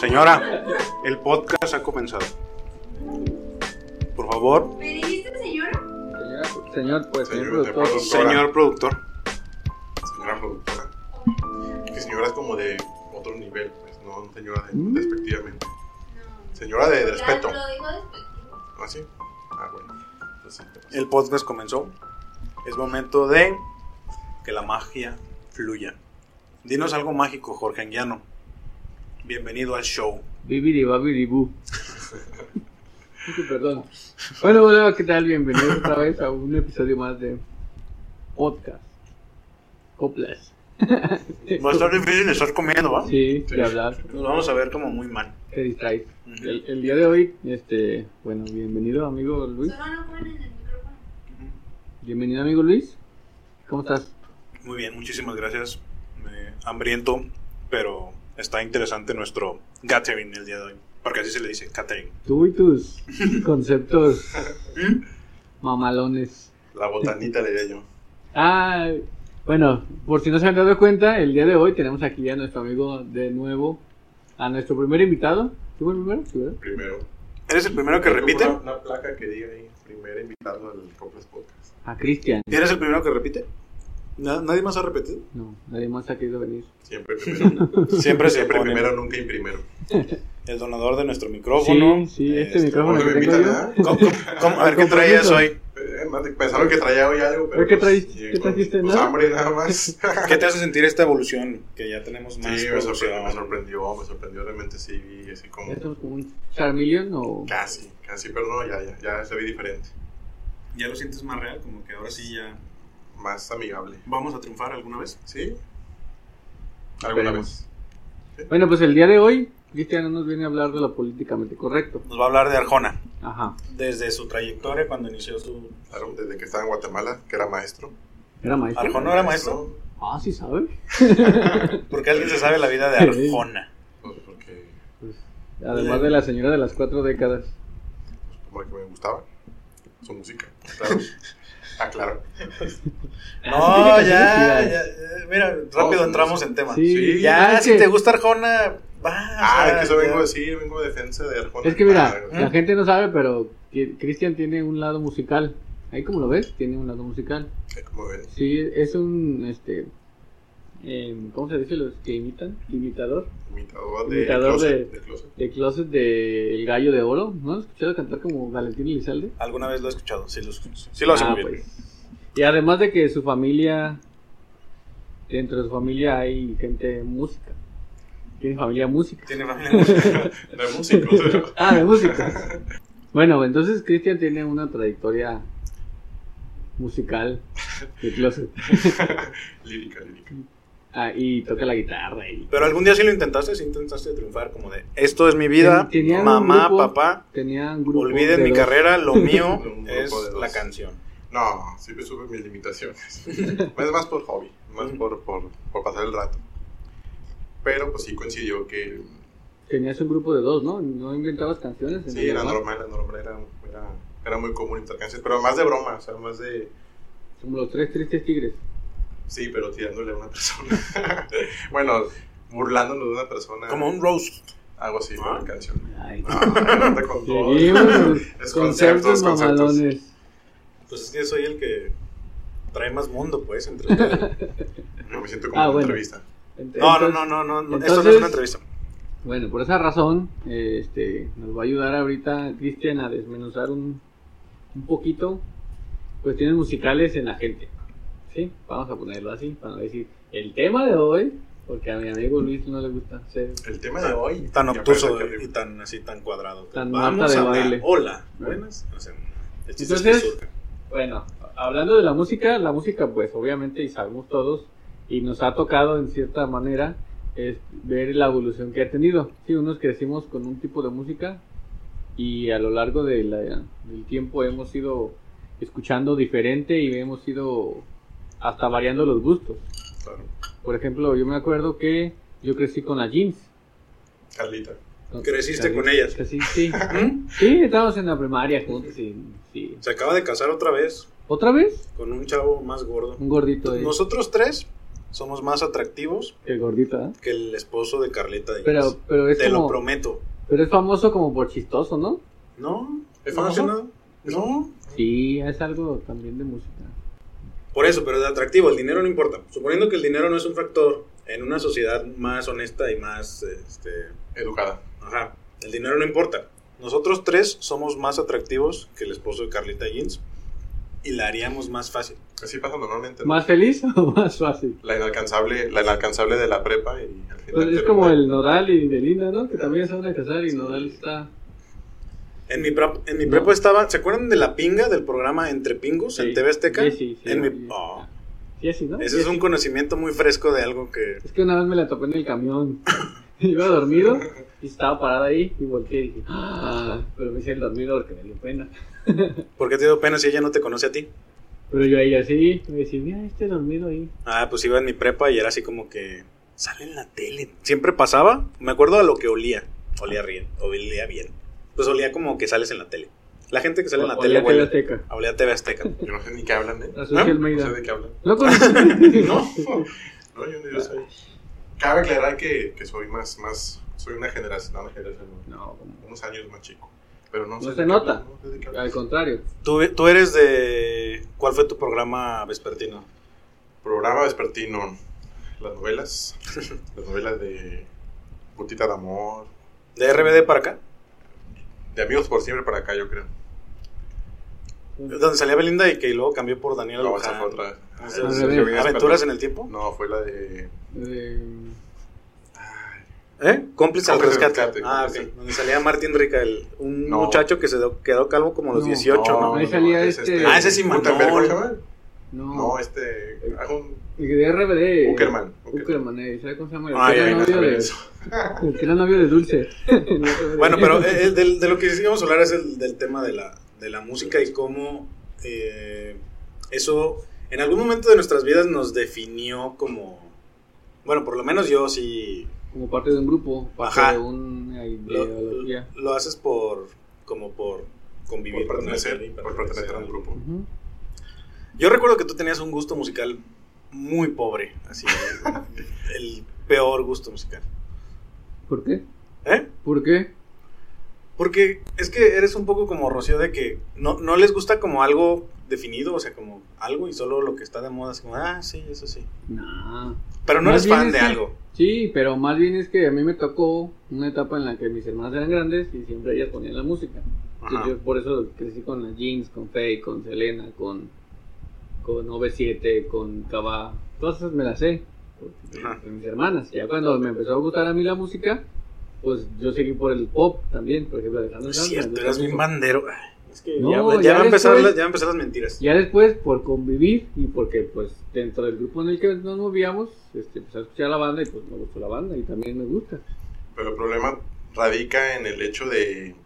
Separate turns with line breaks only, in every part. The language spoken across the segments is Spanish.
Señora, el podcast ha comenzado. Por favor,
¿Me dijiste, señora?
Señora- Señor, pues, señor
Señor,
productor.
de productor.
señor productor.
Señora productora. Que señora es como de otro nivel, pues, no señora de, despectivamente. Señora de, de respeto.
Lo dijo despectivo.
¿Ah, sí? Ah, bueno. Entonces, este,
El podcast comenzó. Es momento de que la magia fluya. Dinos algo mágico, Jorge Anguiano. Bienvenido al show.
Bibiri babiri bu. Perdón. Bueno, hola, ¿qué tal? Bienvenidos otra vez a un episodio más de podcast. Coplas.
Va a estar difícil estar comiendo, ¿va?
Sí, de hablar.
Nos vamos a ver como muy mal.
Te distraes.
Ujú.
El, el día de hoy, este, bueno, bienvenido amigo Luis.
Solo no ponen el micrófono.
Bienvenido amigo Luis. ¿Cómo estás?
Muy bien, muchísimas gracias. Eh, hambriento, pero está interesante nuestro gathering el día de hoy. Porque así se le dice, catering.
Tú y tus conceptos mamalones.
la botanita le diría yo.
Ah, bueno, por si no se han dado cuenta, el día de hoy tenemos aquí a nuestro amigo de nuevo, a nuestro primer invitado. ¿Sí fue el primero? Sí, ¿verdad?
Primero.
¿Eres el primero que repite?
Una, una placa que diga ahí, primer invitado al Coplas Podcast.
A Cristian.
¿Eres el primero que repite? Na- ¿Nadie más ha repetido?
No, nadie más ha querido venir.
Siempre primero.
Siempre se
Siempre
pone
primero, nunca y primero.
el donador de nuestro micrófono.
Sí, sí, este
Este,
micrófono
¿Cómo
que
lo
tengo yo.
invitan, ah,
¿Cómo- cómo- cómo- a ver, ¿qué traías hoy?
Eh, más de- Pensaron que traía hoy algo, pero.
¿Pero qué
pues,
traíste?
llegué
¿Qué
con,
trajiste,
Pues
no?
hambre nada más.
¿Qué te hace sentir esta evolución? Que ya tenemos
Sí,
más
me sorprendió,
producción.
me sorprendió, me sorprendió realmente, sí, vi así como...
Ya estamos como un Charmeleon o...
Casi, casi, pero no, ya, ya, ya se ve diferente,
¿Ya lo sientes más real? Como que ahora sí ya...
más amigable,
¿Vamos a triunfar alguna vez?
¿sí? ¿Alguna
Esperemos.
vez?
Bueno, pues el día de hoy, Cristian no nos viene a hablar de lo políticamente correcto.
Nos va a hablar de Arjona.
Ajá.
Desde su trayectoria cuando inició su...
Claro, desde que estaba en Guatemala, que era maestro.
Era maestro.
Arjona. ¿No era maestro?
Ah, sí, ¿sabes?
Porque alguien se sabe la vida de Arjona.
Pues porque,
Pues, además de la señora de las cuatro décadas.
pues porque me gustaba su música, claro. ah, claro.
No, ya, ya, eh, Mira, rápido entramos en tema.
Sí.
Sí,
Ah,
Ya,
es
si
que-
te gusta Arjona, va. o
Ah,
sea,
es que eso vengo
ya.
a decir, vengo de defensa de Arjona.
Es que mira,
Ah,
la gente no sabe, pero que- Cristian tiene un lado musical. Ahí como lo ves, tiene un lado musical.
como ven,
Sí, es un, este, em, ¿cómo se dice los que imitan? Imitador
imitador de
Imitador
closet,
de-
de closet.
de closet de El Gallo de Oro. ¿No has escuchado cantar como Valentín Elizalde?
Alguna vez lo he escuchado, sí lo, escucho. Sí lo hace
Ah,
muy bien.
pues. Y además de que su familia, dentro de su familia hay gente de música. Tiene familia música.
Tiene familia.
de músico.
Ah, de música. Bueno, entonces Cristian tiene una trayectoria musical de closet.
lírica, lírica.
Ah, y toca la guitarra y
Pero algún día sí lo intentaste, sí intentaste triunfar como de esto es mi vida,
Tenía un
mamá,
grupo-
papá,
tenía un grupo.
olviden
de
mi
dos.
carrera, lo mío
Un grupo
es
de dos.
la canción.
No, siempre supe mis limitaciones. es más por hobby, más por, por, por pasar el rato. Pero pues sí coincidió que
Tenías un grupo de dos, ¿no? No inventabas canciones. en
sí,
el
era
demás.
normal, era normal, era, era, era muy común intercambios, pero más de broma, o sea, más de
Como los tres tristes tigres.
sí, pero tirándole a una persona. bueno, burlándonos de una
Ah.
persona.
Como un roast.
Algo así,
Ah.
una canción.
Ay,
No, ahorita con todo.
seguimos.
Es
conceptos
conceptos, conceptos.
mamalones.
Pues es que soy el que trae más mundo, pues, entre ustedes.
No, me siento como
Ah,
en una
bueno.
entrevista.
Ent-
No, no,
entonces-
no, no, no, no, esto no
entonces-
es una entrevista.
Bueno, por esa razón, eh, este, nos va a ayudar ahorita Cristian a desmenuzar un, un poquito cuestiones musicales en la gente. ¿Sí? Vamos a ponerlo así, para no decir el tema de hoy, porque a mi amigo Luis no le gusta ser
El tema de hoy
Tan
y aparte
obtuso
que
y
arriba.
tan así, tan cuadrado.
Tan
Vamos
Marta de
a hablar.
baile.
Hola, buenas. O sea, el chiste es que
Entonces-
surja.
Bueno, hablando de la música, la música pues obviamente y sabemos todos y nos ha tocado en cierta manera es ver la evolución que ha tenido. Sí, unos crecimos con un tipo de música y a lo largo de la- del tiempo hemos ido escuchando diferente y hemos ido hasta variando los gustos.
Claro.
Por ejemplo, yo me acuerdo que yo crecí con las jeans.
Carlita.
Con-
Creciste
las
con
jeans.
ellas.
Crecí, sí.
¿Mm?
sí, estábamos en la primaria juntos y sí.
Se acaba de casar otra vez
¿Otra vez?
con un chavo más gordo.
Un gordito de...
Nosotros tres somos más atractivos
El gordito, ¿eh?
que el esposo de Carleta Díaz.
Pero, pues, pero es
Pues, Te lo
como,
prometo.
pero es famoso como por chistoso, ¿no?
No,
¿Es
no,
famoso?
no, no.
Sí, es algo también de música.
Por eso, pero de atractivo, el dinero no importa. Suponiendo que el dinero no es un factor en una sociedad más honesta y más, este,
Educada.
ajá, el dinero no importa. Nosotros tres somos más atractivos que el esposo de Carlita Jeans y la haríamos más fácil.
Así pasa normalmente. ¿no?
¿Más feliz o más fácil?
La inalcanzable, la inalcanzable de la prepa y al final.
Pues es
termina-
como el Nodal y Delina, ¿no? Que también se van a casar y Nodal está...
En mi, prep- en mi
No.
prepa estaba, ¿se acuerdan de la pinga del programa Entre Pingos
Sí.
en TV Azteca?
Sí, sí, sí.
En mi-
Sí,
oh,
Sí, así, ¿no?
ese es un conocimiento muy fresco de algo que...
Es que una vez me la topé en el camión. Iba dormido y estaba parada ahí y volteé y dije, "Ah", pero me hice el dormido porque me dio pena.
¿Por qué te dio pena si ella no te conoce a ti?
Pero yo ahí así, me decía, mira, este dormido ahí.
Ah, pues iba en mi prepa y era así como que sale en la tele. Siempre pasaba, me acuerdo a lo que olía. Olía bien, olía bien. Pues olía como que sales en la tele. La gente que sale en la
O-
tele
olía TV
huele.
Azteca.
Olía TV Azteca.
Yo no sé ni qué hablan, ¿eh?
La Susi
¿Eh?
No sé
Almeida.
de qué hablan.
¿No
No,
conoces?
no, yo no yo soy. Cabe aclarar que, que soy más, más. Soy una generación, no, una generación,
No, como-
unos años más chico. Pero no,
No
sé de
se
qué
nota.
hablan, no sé de qué hablan.
al contrario.
¿Tú, tú eres de... ¿Cuál fue tu programa vespertino?
Programa vespertino. Las novelas. las novelas de Gotita de Amor.
¿De RBD para acá?
De Amigos por Siempre para acá, yo creo.
Donde salía Belinda y que luego cambió por Daniel
No, esa
Luján.
fue otra.
Ah,
Sergio
sí.
Viñas
¿Aventuras en
Patrón.
el tiempo?
No, fue la de.
Eh,
¿Eh? Cómplice al
Cómplice al
rescate.
rescate,
Ah,
cómplice.
ok. Donde salía Martín Rica, el- un
No.
muchacho que se do- quedó calvo como a los
No.
18, ¿no?
Ahí salía este- Ah,
ese sí,
Gutenberg,
mamón.
¿cómo se llama?
no,
No, este. ah, un-
el de RBD.
Uckerman. Uckerman.
Uckerman, eh, ¿sabes cómo se llama? El
Ay,
que era
ay, no
novio
sabía
de-
eso.
el que era novio de Dulce.
Bueno, pero eh, eh, del- de, lo que sí vamos a hablar es el, del tema de la, de la música y cómo eh, eso en algún momento de nuestras vidas nos definió como... Bueno, por lo menos yo sí
como parte de un grupo, parte
Ajá.
de una
lo,
ideología.
lo haces por... como por convivir
Por pertenecer,
alguien,
por pertenecer a un grupo.
Ujú.
Yo recuerdo que tú tenías un gusto musical muy pobre, así, el peor gusto musical.
¿Por qué?
¿Eh?
¿Por qué?
Porque es que eres un poco como Rocío de que no, no les gusta como algo definido, o sea, como algo y solo lo que está de moda es como, ah, sí, eso sí.
Nah.
Pero no
Más
eres
bien
fan
es
de
que-
algo.
Sí, pero más bien es que a mí me tocó una etapa en la que mis hermanas eran grandes y siempre ellas ponían la música. Entonces,
Ajá.
yo por eso crecí con las jeans, con Faye, con Selena, con, con OV7, con Cava. Todas esas me las sé. porque-
Ajá.
de mis hermanas. Ya cuando me empezó a gustar a mí la música, pues yo seguí por el pop también. Por ejemplo, Alejandro
No es
Sanz, me
cierto,
gusta
eras bien
mucho.
bandero. Ay, Es que
No,
ya, ya
ya
va a empezar
después-
la- ya van a empezar las mentiras.
Ya después, por convivir y porque, pues, dentro del grupo en el que nos movíamos, este, empecé a escuchar la banda y, pues, me gustó la banda y también me gusta.
Pero el problema radica en el hecho de,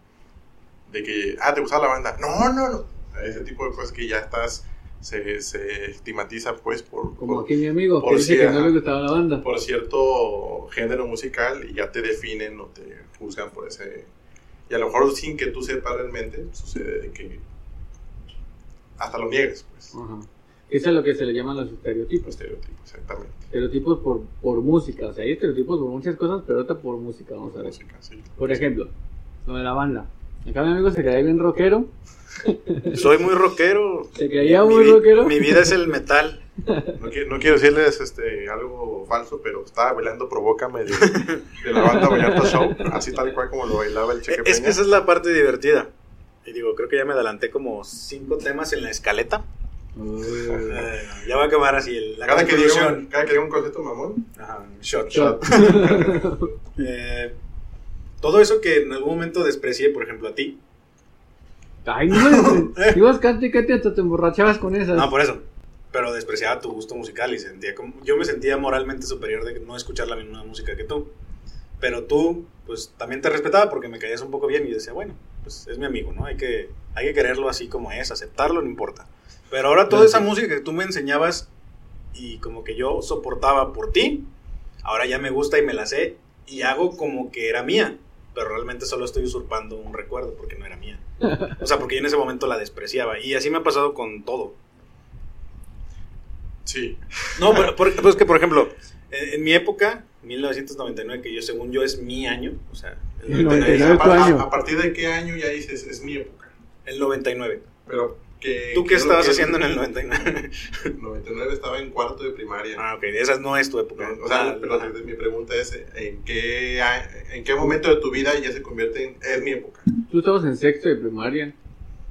de que, ah, te gustaba la banda. No, no, no. Ese tipo de cosas que ya estás, se, se estigmatiza pues por,
Como
por,
aquí mi amigo, que
por
dice
si,
que
ajá.
no le gustaba la banda.
por cierto género musical y ya te definen o te juzgan por ese... Y a lo mejor sin que tú sepas realmente, sucede de que hasta lo niegues, pues.
Ajá. Eso es lo que se le llaman los estereotipos.
Los estereotipos, exactamente.
Estereotipos por, por música, o sea, hay estereotipos por muchas cosas, pero otra por música, vamos a ver.
Música, sí.
Por ejemplo, lo de la banda. Acá mi amigo se creía bien rockero,
Soy muy rockero.
se creía
mi,
muy
vi-
rockero.
mi vida es el metal.
No, qui- no quiero decirles este, algo falso, pero estaba bailando Provócame de, de la banda Vallarta Show, así tal cual como lo bailaba el Cheque
E, es que
Peña.
esa es la parte divertida. Y digo, creo que ya me adelanté como cinco temas en la escaleta.
Uy.
Eh, ya va a acabar así el- la
cada, que diga un,
conclusión.
cada que diga un concepto mamón,
Ajá, shot, shot.
Shot.
Eh, todo eso que en algún momento desprecié, por ejemplo, a ti.
Ay, no, si vos cante, cante, hasta te emborrachabas con esas.
No, por eso. Pero despreciaba tu gusto musical y sentía como... Yo me sentía moralmente superior de no escuchar la misma música que tú. Pero tú, pues, también te respetaba porque me caías un poco bien y decía, bueno, pues es mi amigo, ¿no? Hay que, hay que quererlo así como es, aceptarlo, no importa. Pero ahora toda esa música que tú me enseñabas y como que yo soportaba por ti, ahora ya me gusta y me la sé y hago como que era mía. Pero realmente solo estoy usurpando un recuerdo porque no era mía. O sea, porque yo en ese momento la despreciaba. Y así me ha pasado con todo.
Sí.
No, pero, por- pues que, por ejemplo, en, en mi época, 1999, que yo según yo es mi año, o sea, el
El
99.
99
a, par-
tu año.
a- a partir de qué año ya dices, es mi época.
El 99.
Pero que...
¿Tú
que
qué
es lo
estabas
Eh, que-
haciendo en el 99?
99 estaba en cuarto de primaria.
ah, ok, esa no es tu época.
No, O sea,
Ah,
pero
ajá.
te- mi pregunta es, ¿en qué, a- ¿en qué momento de tu vida ya se convierte en... Es mi época.
Tú estabas en sexto de primaria.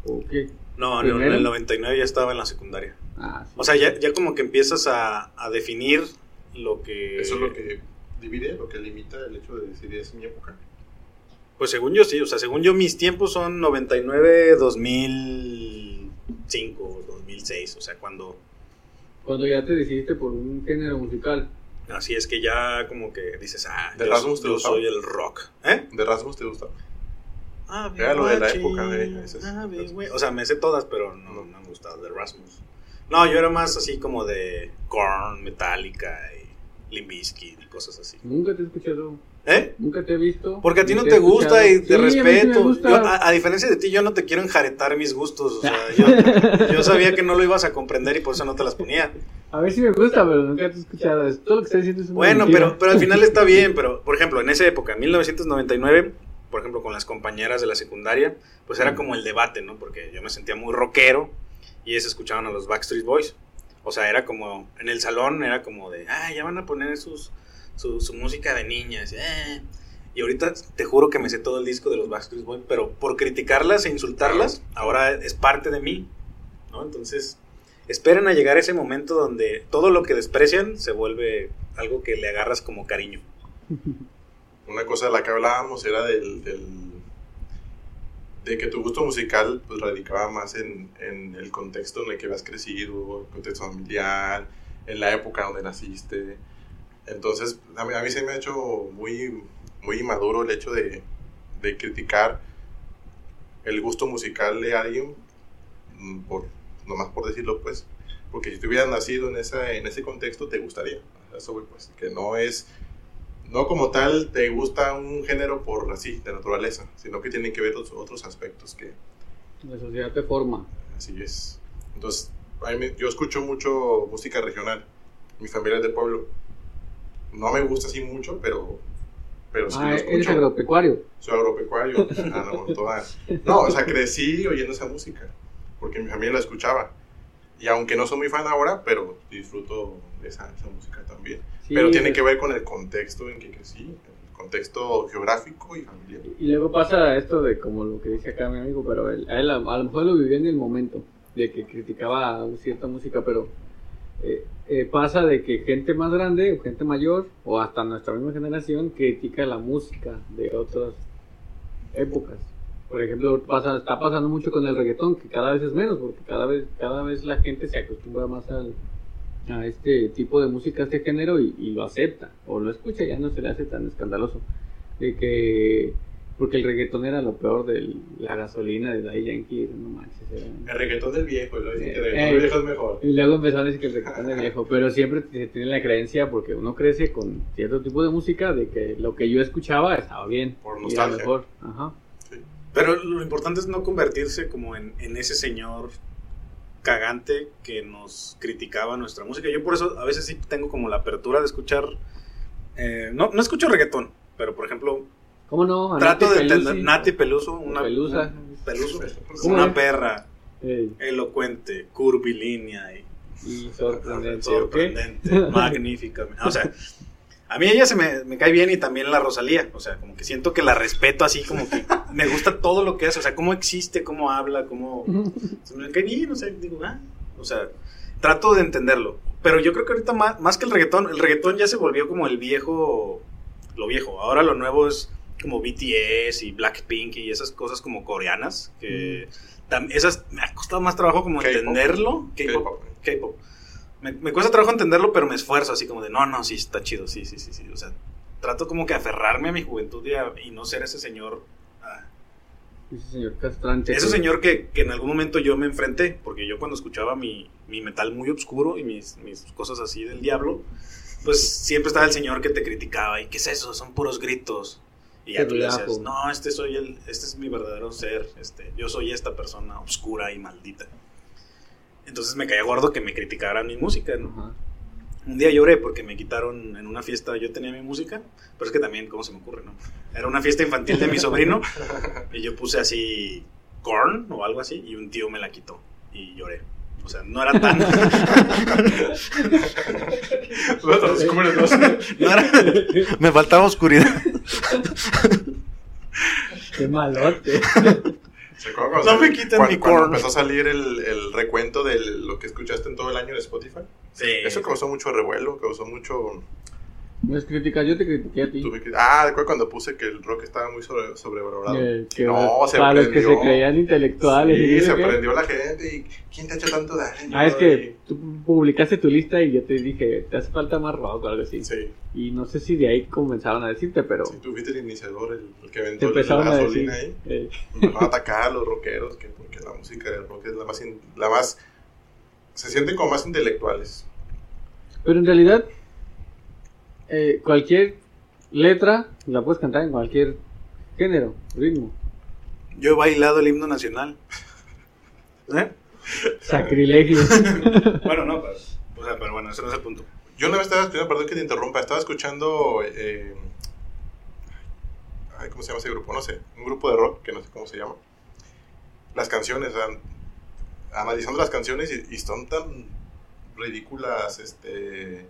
¿O qué?
no, no, en
primero.
el 99 ya estaba en la secundaria.
Ah, sí.
O sea, ya, ya como que empiezas a, a definir lo que...
Eso es lo que divide, lo que limita el hecho de decir es mi época.
Pues según yo sí, o sea, según yo mis tiempos son 99, 2005, 2006, o sea, cuando...
Cuando ya te decidiste por un género musical.
Así es que ya como que dices, ah,
¿De
yo,
Rasmus te
yo
gustaba?
soy el rock. ¿Eh?
¿De Rasmus te gusta?
Ah,
Era lo de la
guachi,
época de ella, esas-
ah, bien, güey. O sea, me sé todas, pero no, no me han gustado de Rasmus. No, yo era más así como de Korn, Metallica y Limp Bizkit y cosas así.
Nunca te he escuchado.
¿Eh?
Nunca te he visto.
Porque a ti
ni
no
he
te gusta y
escuchado.
te
Sí, a mí sí me
respeto.
gusta.
Yo, ah. a, a diferencia de ti, yo no te quiero enjaretar mis gustos. O sea, yo, yo sabía que no lo ibas a comprender y por eso no te las ponía.
A ver si me gusta, pero nunca te he escuchado. Es- Todo lo que estás diciendo es una
Bueno,
mentira.
pero, pero al final está bien, pero por ejemplo, en esa época, 1999, por ejemplo, con las compañeras de la secundaria, pues era como el debate, ¿no? Porque yo me sentía muy rockero y ellas escuchaban a los Backstreet Boys. O sea, era como, en el salón era como de, ah, ya van a poner sus, su, su música de niñas. eh". Y ahorita te juro que me sé todo el disco de los Backstreet Boys, pero por criticarlas e insultarlas, ahora es parte de mí, ¿no? Entonces, esperen a llegar ese momento donde todo lo que desprecian se vuelve algo que le agarras como cariño.
Una cosa de la que hablábamos era del... del- de que tu gusto musical pues, radicaba más en, en el contexto en el que habías crecido, el contexto familiar, en la época donde naciste. Entonces, a mí, a mí se me ha hecho muy, muy inmaduro el hecho de, de criticar el gusto musical de alguien, mm, por, nomás por decirlo, pues. Porque si te hubieras nacido en, esa, en ese contexto, te gustaría. A Eso voy, pues. Que no es. No como tal te gusta un género por así, de naturaleza, sino que tienen que ver otros, otros aspectos que,
La sociedad te forma.
Así es. Entonces, a mí me- yo escucho mucho música regional. Mi familia es de pueblo. No me gusta así mucho, pero, pero sí
ah,
lo
eres
escucho.
agropecuario.
Soy agropecuario. Ah, no, toda- no, o sea, crecí oyendo esa música, porque mi familia la escuchaba. Y aunque no soy muy fan ahora, pero disfruto de esa, esa música también.
Sí,
pero tiene
pues,
que ver con el contexto en que crecí, el contexto geográfico y familiar.
Y luego pasa esto de como lo que dice acá mi amigo, pero él, a él a, a lo mejor lo vivió en el momento de que criticaba cierta música, pero eh, eh, pasa de que gente más grande o gente mayor o hasta nuestra misma generación critica la música de otras épocas. Por ejemplo, pasa, está pasando mucho con el reggaetón, que cada vez es menos, porque cada vez, cada vez la gente se acostumbra más al, a este tipo de música, a este género, y, y lo acepta, o lo escucha, ya no se le hace tan escandaloso. De que, porque el reggaetón era lo peor de la gasolina de Daddy Yankee, no manches, era-
El reggaetón del viejo, y lo dicen que el
Eh,
reggaetón
eh.
del viejo es mejor.
y luego empezaron a decir que el reggaetón es viejo, pero siempre se tiene la creencia, porque uno crece con cierto tipo de música, de que lo que yo escuchaba estaba bien.
Por
y era
nostalgia.
mejor. Ajá.
Pero lo importante es no convertirse como en, en ese señor cagante que nos criticaba nuestra música. Yo por eso a veces sí tengo como la apertura de escuchar... eh, no, no escucho reggaetón, pero por ejemplo,
¿Cómo no? A
trato
Ah, Nati
de entender...
Pelusi.
Nati Peluso, una...
Pelusa.
un- Peluso,
¿Cómo
una
es?
perra
Ey,
elocuente, curvilínea y
y sorprendente. ¿o qué?
sorprendente, magnífica. O sea, a mí ella se me, me cae bien y también la Rosalía. O sea, como que siento que la respeto así, como que me gusta todo lo que hace. O sea, cómo existe, cómo habla, cómo... Se me cae bien, o sea, digo, ah, o sea, trato de entenderlo. Pero yo creo que ahorita más, más que el reggaetón, el reggaetón ya se volvió como el viejo, lo viejo. Ahora lo nuevo es como BTS y Blackpink y esas cosas como coreanas, que tam- esas me ha costado más trabajo como
K-pop.
entenderlo. K-pop.
K-pop.
K-pop. Me, me cuesta trabajo entenderlo, pero me esfuerzo así como de, no, no, sí, está chido, sí, sí, sí, sí. O sea, trato como que aferrarme a mi juventud y, a- y no ser ese señor. ah,
Ese señor castrante.
ese señor que, que en algún momento yo me enfrenté, porque yo cuando escuchaba mi, mi metal muy oscuro y mis, mis cosas así del diablo, pues siempre estaba el señor que te criticaba y qué es eso, son puros gritos. Y ya
Qué
tú le
relajo.
decías, no, este soy el, este es mi verdadero ser, este, yo soy esta persona oscura y maldita. Entonces me caía gordo que me criticaran mi música, ¿no?
Ajá.
Un día lloré porque me quitaron en una fiesta, yo tenía mi música, pero es que también, ¿cómo se me ocurre, no? Era una fiesta infantil de mi sobrino y yo puse así corn o algo así y un tío me la quitó y lloré. O sea, no era tan...
Los
Eh.
dos cubren dos.
no era- me faltaba oscuridad.
Qué malote.
¿Se acuerdan cuando
No me
salió-
quiten
cuando-
mi
cuando
corn.
empezó a salir el, el recuento de lo que escuchaste en todo el año de Spotify.
Sí.
Eso causó mucho revuelo, causó mucho...
No es crítica, yo te critiqué a ti.
tuve que- Ah, recuerdo cuando puse que el rock estaba muy sobre- sobrevalorado.
Eh, que
No, se
para los que se
prendió.
creían intelectuales. y
Sí,
no sé
se
qué.
prendió la gente y ¿quién te ha hecho tanto daño?
Ah, es que tú publicaste tu lista y yo te dije, te hace falta más rock o algo así.
Y- Sí,
Y no sé si de ahí comenzaron a decirte, pero
sí, tú fuiste el iniciador, el, el que
te
aventó la
empezaron a decir.
gasolina ahí.
eh,
Empezaron a atacar a los rockeros, que porque la música del rock es la más... in- La más se sienten como más intelectuales.
pero en realidad, eh, cualquier letra la puedes cantar en cualquier género, ritmo.
Yo he bailado el himno nacional. ¿Eh?
Sacrilegio.
Bueno, no, pero, o sea, pero bueno, ese no es el punto.
Yo una vez estaba escuchando, perdón que te interrumpa, estaba escuchando. eh, ay, ¿Cómo se llama ese grupo? No sé. Un grupo de rock que no sé cómo se llama. Las canciones, an- analizando las canciones y, y son tan ridículas, este,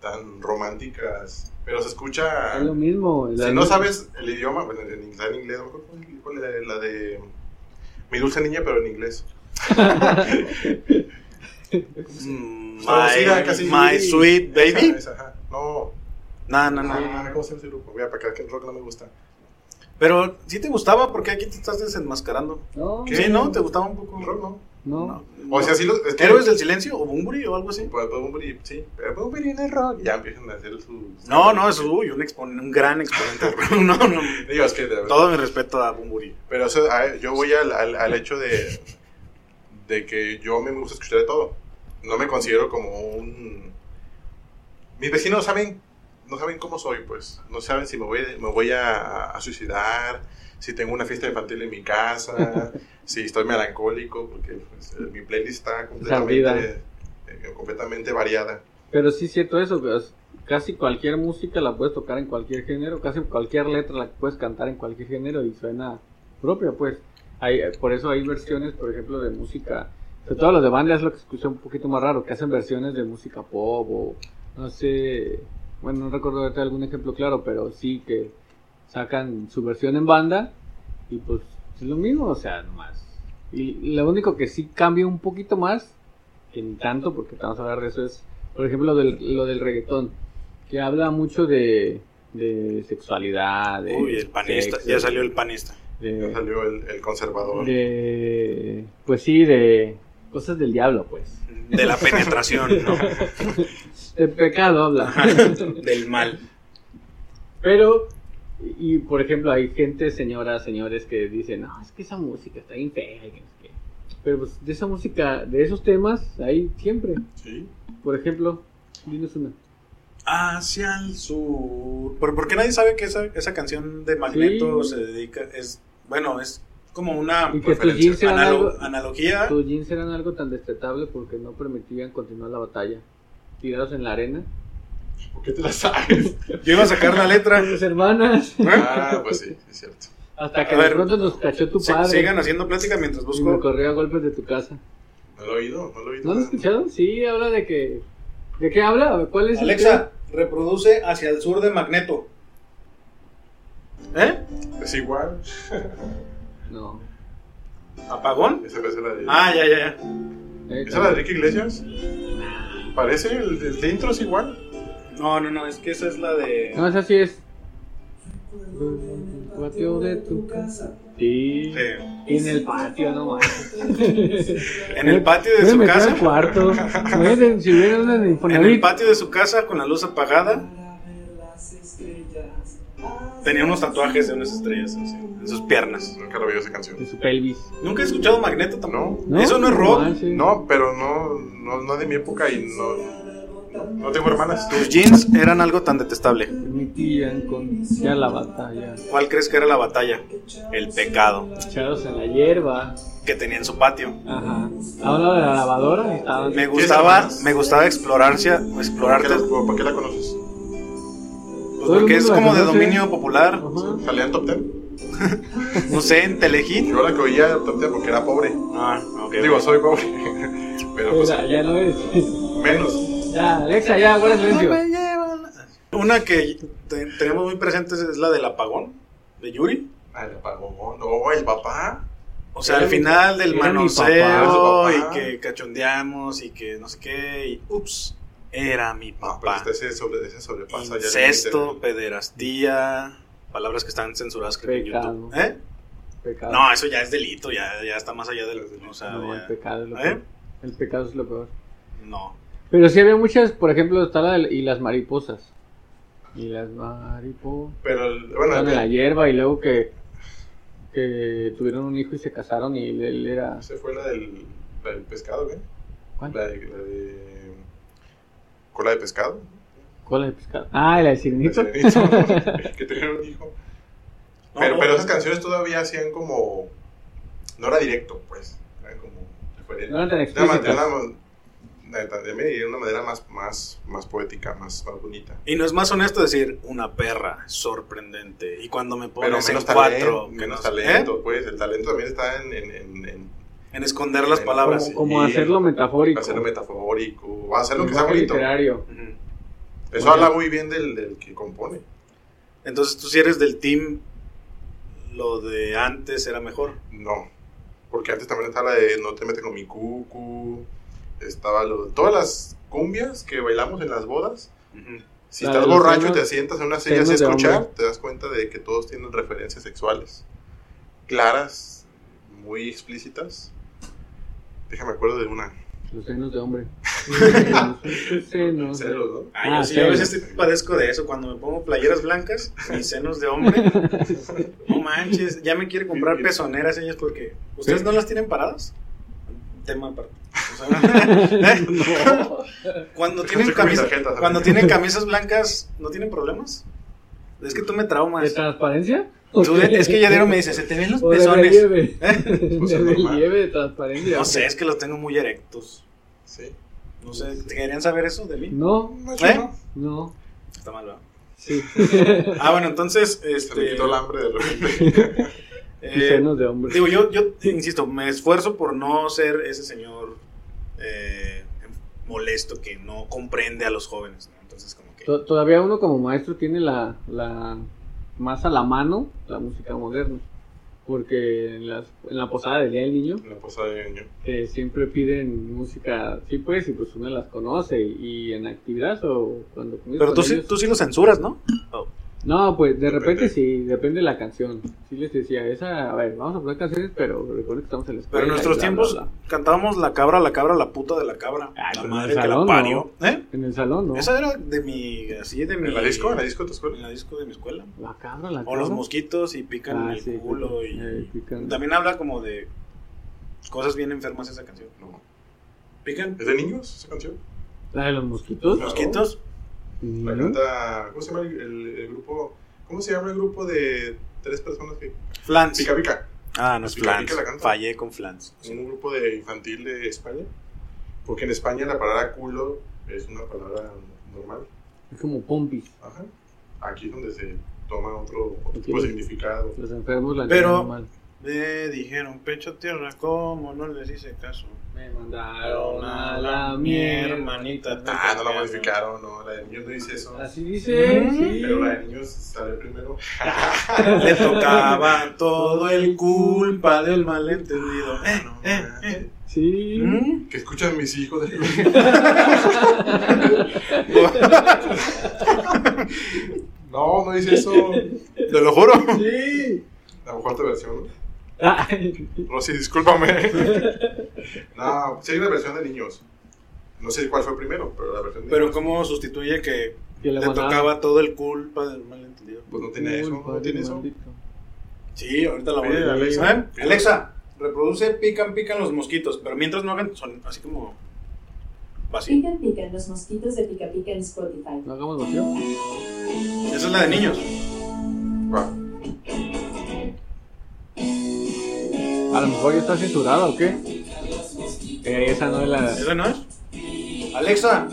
tan románticas. Pero se escucha.
es lo mismo. la-
Si no sabes el idioma, bueno, en inglés, en inglés, no me acuerdo cuál- cuál era la de. Mi dulce niña, pero en inglés.
Mm,
Traducida
My,
Ah, casi-
my sweet baby.
Esa, Ah. esa, ajá. No,
No, no,
no,
no.
no, ¿cómo se llama ese grupo? Voy a para que el rock no me gusta.
Pero si te gustaba, porque aquí te estás desenmascarando.
No,
Sí, ¿no? ¿Te gustaba un poco el rock?
Rock no.
no.
No.
O sea, sí, lo- es que
¿Héroes del Silencio o Bumburi o algo así?
Pues, pues, hombre, sí, pero pues, hombre, en el rock. Ya empiezan a hacer su.
No, no, es uy, un, expon- un gran exponente. del rock. no, no.
Digo, es que. de-
Todo mi respeto a Bumburi.
Pero eso, a- yo voy al, al, al hecho de. de que yo me gusta escuchar de todo. No me considero como un. Mis vecinos saben. No saben cómo soy, pues. No saben si me voy, me voy a, a suicidar, si tengo una fiesta infantil en mi casa, si estoy melancólico, porque pues, mi playlist está completamente, eh, completamente variada.
Pero sí es cierto eso, que es- casi cualquier música la puedes tocar en cualquier género, casi cualquier letra la puedes cantar en cualquier género y suena propia, pues. Hay, por eso hay versiones, por ejemplo, de música, sobre todo los de banda es lo que escuché un poquito más raro, que hacen versiones de música pop o no sé, bueno, no recuerdo darte algún ejemplo claro, pero sí que sacan su versión en banda y pues es lo mismo, o sea, nomás. Y lo único que sí cambia un poquito más, que ni tanto, porque vamos a hablar de eso, es por ejemplo, lo del, lo del reggaetón, que habla mucho de, de sexualidad, de
Uy, el panista.
sexo,
Ya salió el panista.
Ya
de,
salió el, el conservador.
de- pues sí, de cosas del diablo, pues.
De la penetración, ¿no?
De pecado habla.
Del mal.
Pero, y por ejemplo, hay gente, señoras, señores, que dicen, no, es que esa música está bien fea y que no sé qué". Pero pues de esa música, de esos temas, hay siempre.
Sí.
Por ejemplo, dinos una.
Hacia el sur. ¿Por, por qué nadie sabe que esa, esa canción de Magneto
Sí.
se dedica? Es, bueno, es como una
Y que tus
preferencia.
jeans eran
analo-
algo-
analogía.
Tus jeans eran algo tan destetables porque no permitían continuar la batalla. Tirados en la arena.
¿Por qué te la sabes?
Yo iba a sacar la letra.
Tus hermanas.
ah, pues sí, es cierto.
Hasta
A
que de
ver,
pronto nos cachó tu
Si-
padre.
sigan haciendo plática mientras
y me
busco.
corrió a golpes de tu casa.
No lo he oído, no lo he oído.
¿No lo escucharon? Sí, habla de que... ¿De qué habla? ¿Cuál es el tema?
Alexa, reproduce hacia el sur de Magneto. ¿Eh?
Es igual.
No.
¿Apagón?
Esa parece la de.
Ah, ya, ya, ya.
Eh,
¿Esa es la de Ricky Iglesias? Parece, el, el de intro es igual.
No, no, no, es que esa es la de.
No, esa sí es. Patio de tu casa. Sí.
Sí.
Y en el patio nomás.
En el patio de su
Pueden meter
casa.
al cuarto. Pueden, si hubiera una de
En el
Infonavit.
patio de su casa con la luz apagada. Tenía unos tatuajes de unas estrellas en, su- en sus piernas.
Nunca lo he oído esa
De
canción.
su pelvis.
Nunca he escuchado Magneto tampoco.
No,
Eso no es rock.
manches.
no, pero no, no, no de mi época y no. No tengo hermanas.
Tus jeans eran algo tan detestable.
Mi tía con ya la batalla.
¿Cuál crees que era la batalla? El pecado
Echados en la hierba.
que tenía en su patio.
Ajá. Hablaba de la lavadora y estaba.
Me gustaba, me gustaba explorarse,
¿Para qué,
explorarte,
la,
pues
¿Para qué la conoces?
porque es como de dominio popular.
Ajá.
¿Salía en Top Ten?
No sé, en Telehit.
Yo la que oía en Top Ten porque era pobre.
Ah, ok.
Digo, soy pobre. Pero pues
Espera, ya no es.
menos.
Ya, Alexa, ya, guarda silencio.
Una que te- tenemos muy presente es la del apagón de Yuri.
Ah, el apagón. No, el papá.
O sea,
Era
al
mi-
final del
era mi
manoseo
papá.
y que cachondeamos y que no sé qué. Y ups, era mi
No, pero
papá.
este se sobre, ese sobrepasa. ya el
Incesto,
límite.
pederastía. Palabras que están censuradas creo que en
Pecado.
YouTube. ¿Eh?
Pecado.
No, eso ya es delito, ya, ya está más allá del. O sea,
No, el
ya-
pecado es lo
¿Eh?
peor. El pecado es lo peor.
no.
Pero sí había muchas, por ejemplo, está la del- y las mariposas. Y las mariposas.
Pero, el- bueno,
Estaban en la
el-
hierba y luego que, que tuvieron un hijo y se casaron y él, él era...
se fue la del, la del pescado, ¿qué?
¿Cuál?
La de, la de. Cola de pescado.
Cola de pescado. Ah, la del sirenito.
Sirenito, que tenían un hijo.
No,
Pero,
no.
pero esas canciones todavía hacían como. No era directo, pues. Era como. diferente.
No eran tan
De una
explícitas.
manera, de una- de- de- de una manera más, más, más poética, más, más bonita.
Y no es más honesto decir una perra sorprendente. Y cuando me
Pero
pones en
menos
cuatro,
talento, menos
que ¿eh? no-
talento, pues. El talento también está en, en, en, en
¿eh? en esconder las
En-
palabras.
Sí.
Como hacerlo metafórico.
hacerlo metafórico, hacerlo que sea
Lenguaje
bonito.
literario.
Ujú.
Eso habla muy bien del, del que compone.
Entonces tú si eres del team, lo de antes era mejor.
No, porque antes también estaba la de No te metes con mi cucu, estaba lo, todas las cumbias que bailamos en las bodas. Si
La
estás
de los
borracho y
temas-
te sientas en una silla
temas
así a
de
escuchar,
hombre.
te das cuenta de que todos tienen referencias sexuales claras, muy explícitas. Déjame acuerdo de una.
Los senos de hombre. Senos, senos.
Celos, ¿no?
Ay, yo
Ah,
sí, yo a
sí.
veces sí padezco de eso. Cuando me pongo playeras blancas y senos de hombre, no manches, ya me quiere comprar pezoneras ellas porque. ¿Ustedes
Sí.
no las tienen paradas? Tema aparte. O sea, ¿eh?
No.
Cuando
Yo
tienen,
estoy con mis
camisa-
tarjetas, amigo.
cuando tienen camisas blancas, ¿no tienen problemas? Es que tú me
¿De
traumas.
transparencia?
Tú- es que ya dieron me dice, se te ven los
O de
pezones.
relieve.
Pues
De
es normal.
relieve, de transparencia.
No sé, es que los tengo muy erectos.
Sí.
No sé, ¿te ¿querían saber eso de mí?
No,
Macho,
¿Eh?
¿no?
no.
Está mal, ¿verdad?
Sí.
Ah, bueno, entonces,
Se me
este,
quitó el hambre de repente.
eh,
senos de hombre.
digo, yo, yo insisto, me esfuerzo por no ser ese señor eh, molesto que no comprende a los jóvenes. ¿no? Entonces, como que...
To- Todavía uno como maestro tiene la, la más a la mano la música moderna. Porque en, las- en la posada del Día del Niño
En la posada de año.
eh, siempre piden música, sí pues, y pues uno las conoce. Y en actividades o cuando comienza
Pero tú sí, tú sí lo censuras, ¿no?
No, pues de
Depende.
repente sí, depende de la canción. Sí les decía, esa, a ver, vamos a poner canciones, pero recuerden que estamos en la escuela.
Pero en nuestros
y bla,
tiempos
bla, bla.
cantábamos la cabra, la cabra, la puta de la cabra.
Ah,
la
pero
madre
en el
que la
salón,
parió. ¿Eh?
En el salón, ¿no?
Esa era de mi. Así de mi.
¿En la disco? ¿En la disco de tu
en
escuela?
la disco de mi escuela.
La cabra, Ah, la
O
cabra.
los mosquitos y pican
Ah,
el
sí,
culo.
pican- eh,
Y...
pican.
También habla como de cosas bien enfermas esa canción.
No.
¿Pican?
¿Es de niños esa canción?
¿La de los mosquitos?
No.
¿Mosquitos?
La
Mm.
canta. ¿Cómo se llama el, el- el grupo? ¿Cómo se llama el grupo de tres personas que.
Flans.
Pica Pica.
Ah, no es
Pica,
flans.
pica la canta.
Fallé con flans.
Es un grupo de infantil de España. Porque en España la palabra culo es una palabra normal.
Es como pompis.
Ajá. Aquí es donde se toma otro, otro
Ok.
tipo de significado.
Los enfermos la
Pero-
tienen mal.
Me dijeron pecho a tierra, ¿cómo no les hice caso?
Me mandaron a la mierda.
hermanita.
Ah, no la modificaron, no. La de niños no dice eso.
Así dice.
Ujú.
sí.
Pero la de niños sale primero.
Le tocaba todo el culpa del malentendido.
Ah, no, eh.
Sí.
¿Mm?
Que escuchan mis hijos. no, no dice eso.
Te lo juro.
Sí.
A lo mejor tu versión, ¿no?
Ah,
Rosy, discúlpame. no, sí hay una versión de niños. No sé cuál fue primero, pero la versión de
Pero
niños.
¿cómo sustituye que
que
le
le mandaron.
tocaba todo el culpa del malentendido?
Pues no tiene eso, no
Culpa,
tiene eso.
maldito.
Sí, ahorita la voy
Pide,
a
Alexa.
¿Eh? Alexa, reproduce pican, pican los mosquitos, pero mientras no hagan son así como... Vacío.
Pican pican los mosquitos de pica pica en Spotify.
No hagamos vacío.
Esa es la de niños.
Va.
A lo mejor ya está censurada o qué. Eh, esa no es la.
¿Esa no es? Alexa,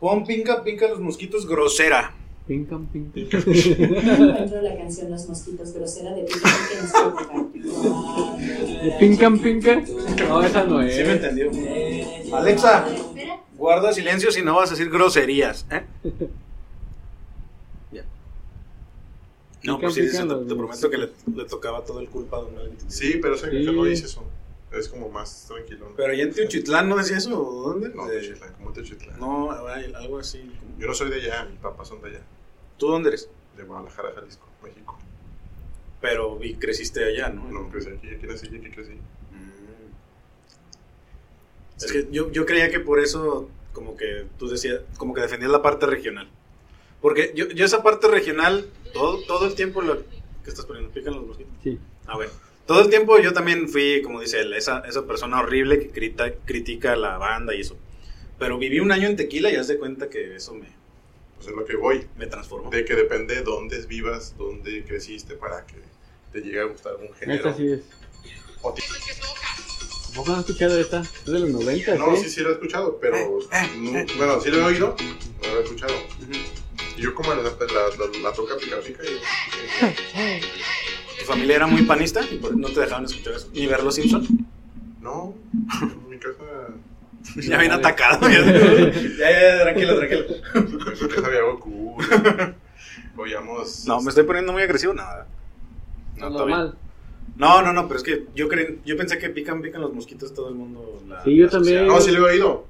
pon pinca, pinca los mosquitos grosera.
Pincan, pincan.
No encuentro la canción Los mosquitos grosera de pica pica en Spotify.
Pincan, pincan. No, esa no es.
Sí me entendió.
Ah.
Alexa,
Espera,
guarda silencio si no vas a decir groserías. ¿eh? Ya. No,
Pican,
pues sí,
pican
te,
los
te prometo que le, le tocaba todo el culpa a Don Alvin.
Sí, pero eso
Sí.
no dice eso. Es como más tranquilo. ¿no?
Pero allá en Teochitlán no decía eso, ¿o ¿dónde?
No,
De-
Teochitlán, ¿cómo Teochitlán?
No, ay, algo así.
Yo no soy de allá, mis papás son de allá,
¿Tú dónde eres?
de Guadalajara, Jalisco, México.
Pero y creciste allá, ¿no?
No, crecí aquí, aquí nací, aquí crecí.
Mm. Es que yo, yo creía que por eso, como que tú decías, como que defendías la parte regional. Porque yo, yo esa parte regional, todo, todo el tiempo lo que estás poniendo, pican los mosquitos.
Sí.
Ah, bueno. Todo el tiempo yo también fui, como dice él, esa, esa persona horrible que crita- critica a la banda y eso. Pero viví un año en Tequila y haz de cuenta que eso me,
Pues es lo que voy.
me transformó.
De que depende dónde vivas, dónde creciste para que te llegue a gustar un género.
Esta Este sí es.
O ti-
¿Tampoco has escuchado esta? Es de los ¿eh? 90,
No,
¿sí? Eh,
sí, sí lo he escuchado, pero. no- Bueno, sí lo he oído, no lo he escuchado.
Ujú.
Y yo, como la, la, la- la toca pica pica, y. eh,
¿Tu familia era muy panista? y por- ¿No te dejaban escuchar eso? ¿Ni ver los Simpsons?
No, en mi casa.
Ya bien atacado. Ya, ya, ya, tranquilo, tranquilo.
En mi casa había Goku. Oíamos.
No, me estoy poniendo muy agresivo, nada. No,
No,
está bien.
normal.
no, no, no, pero es que yo creen, yo pensé que pican, pican los mosquitos todo el mundo. la-
Sí, yo
la
también.
asociaba.
No, sí lo he oído.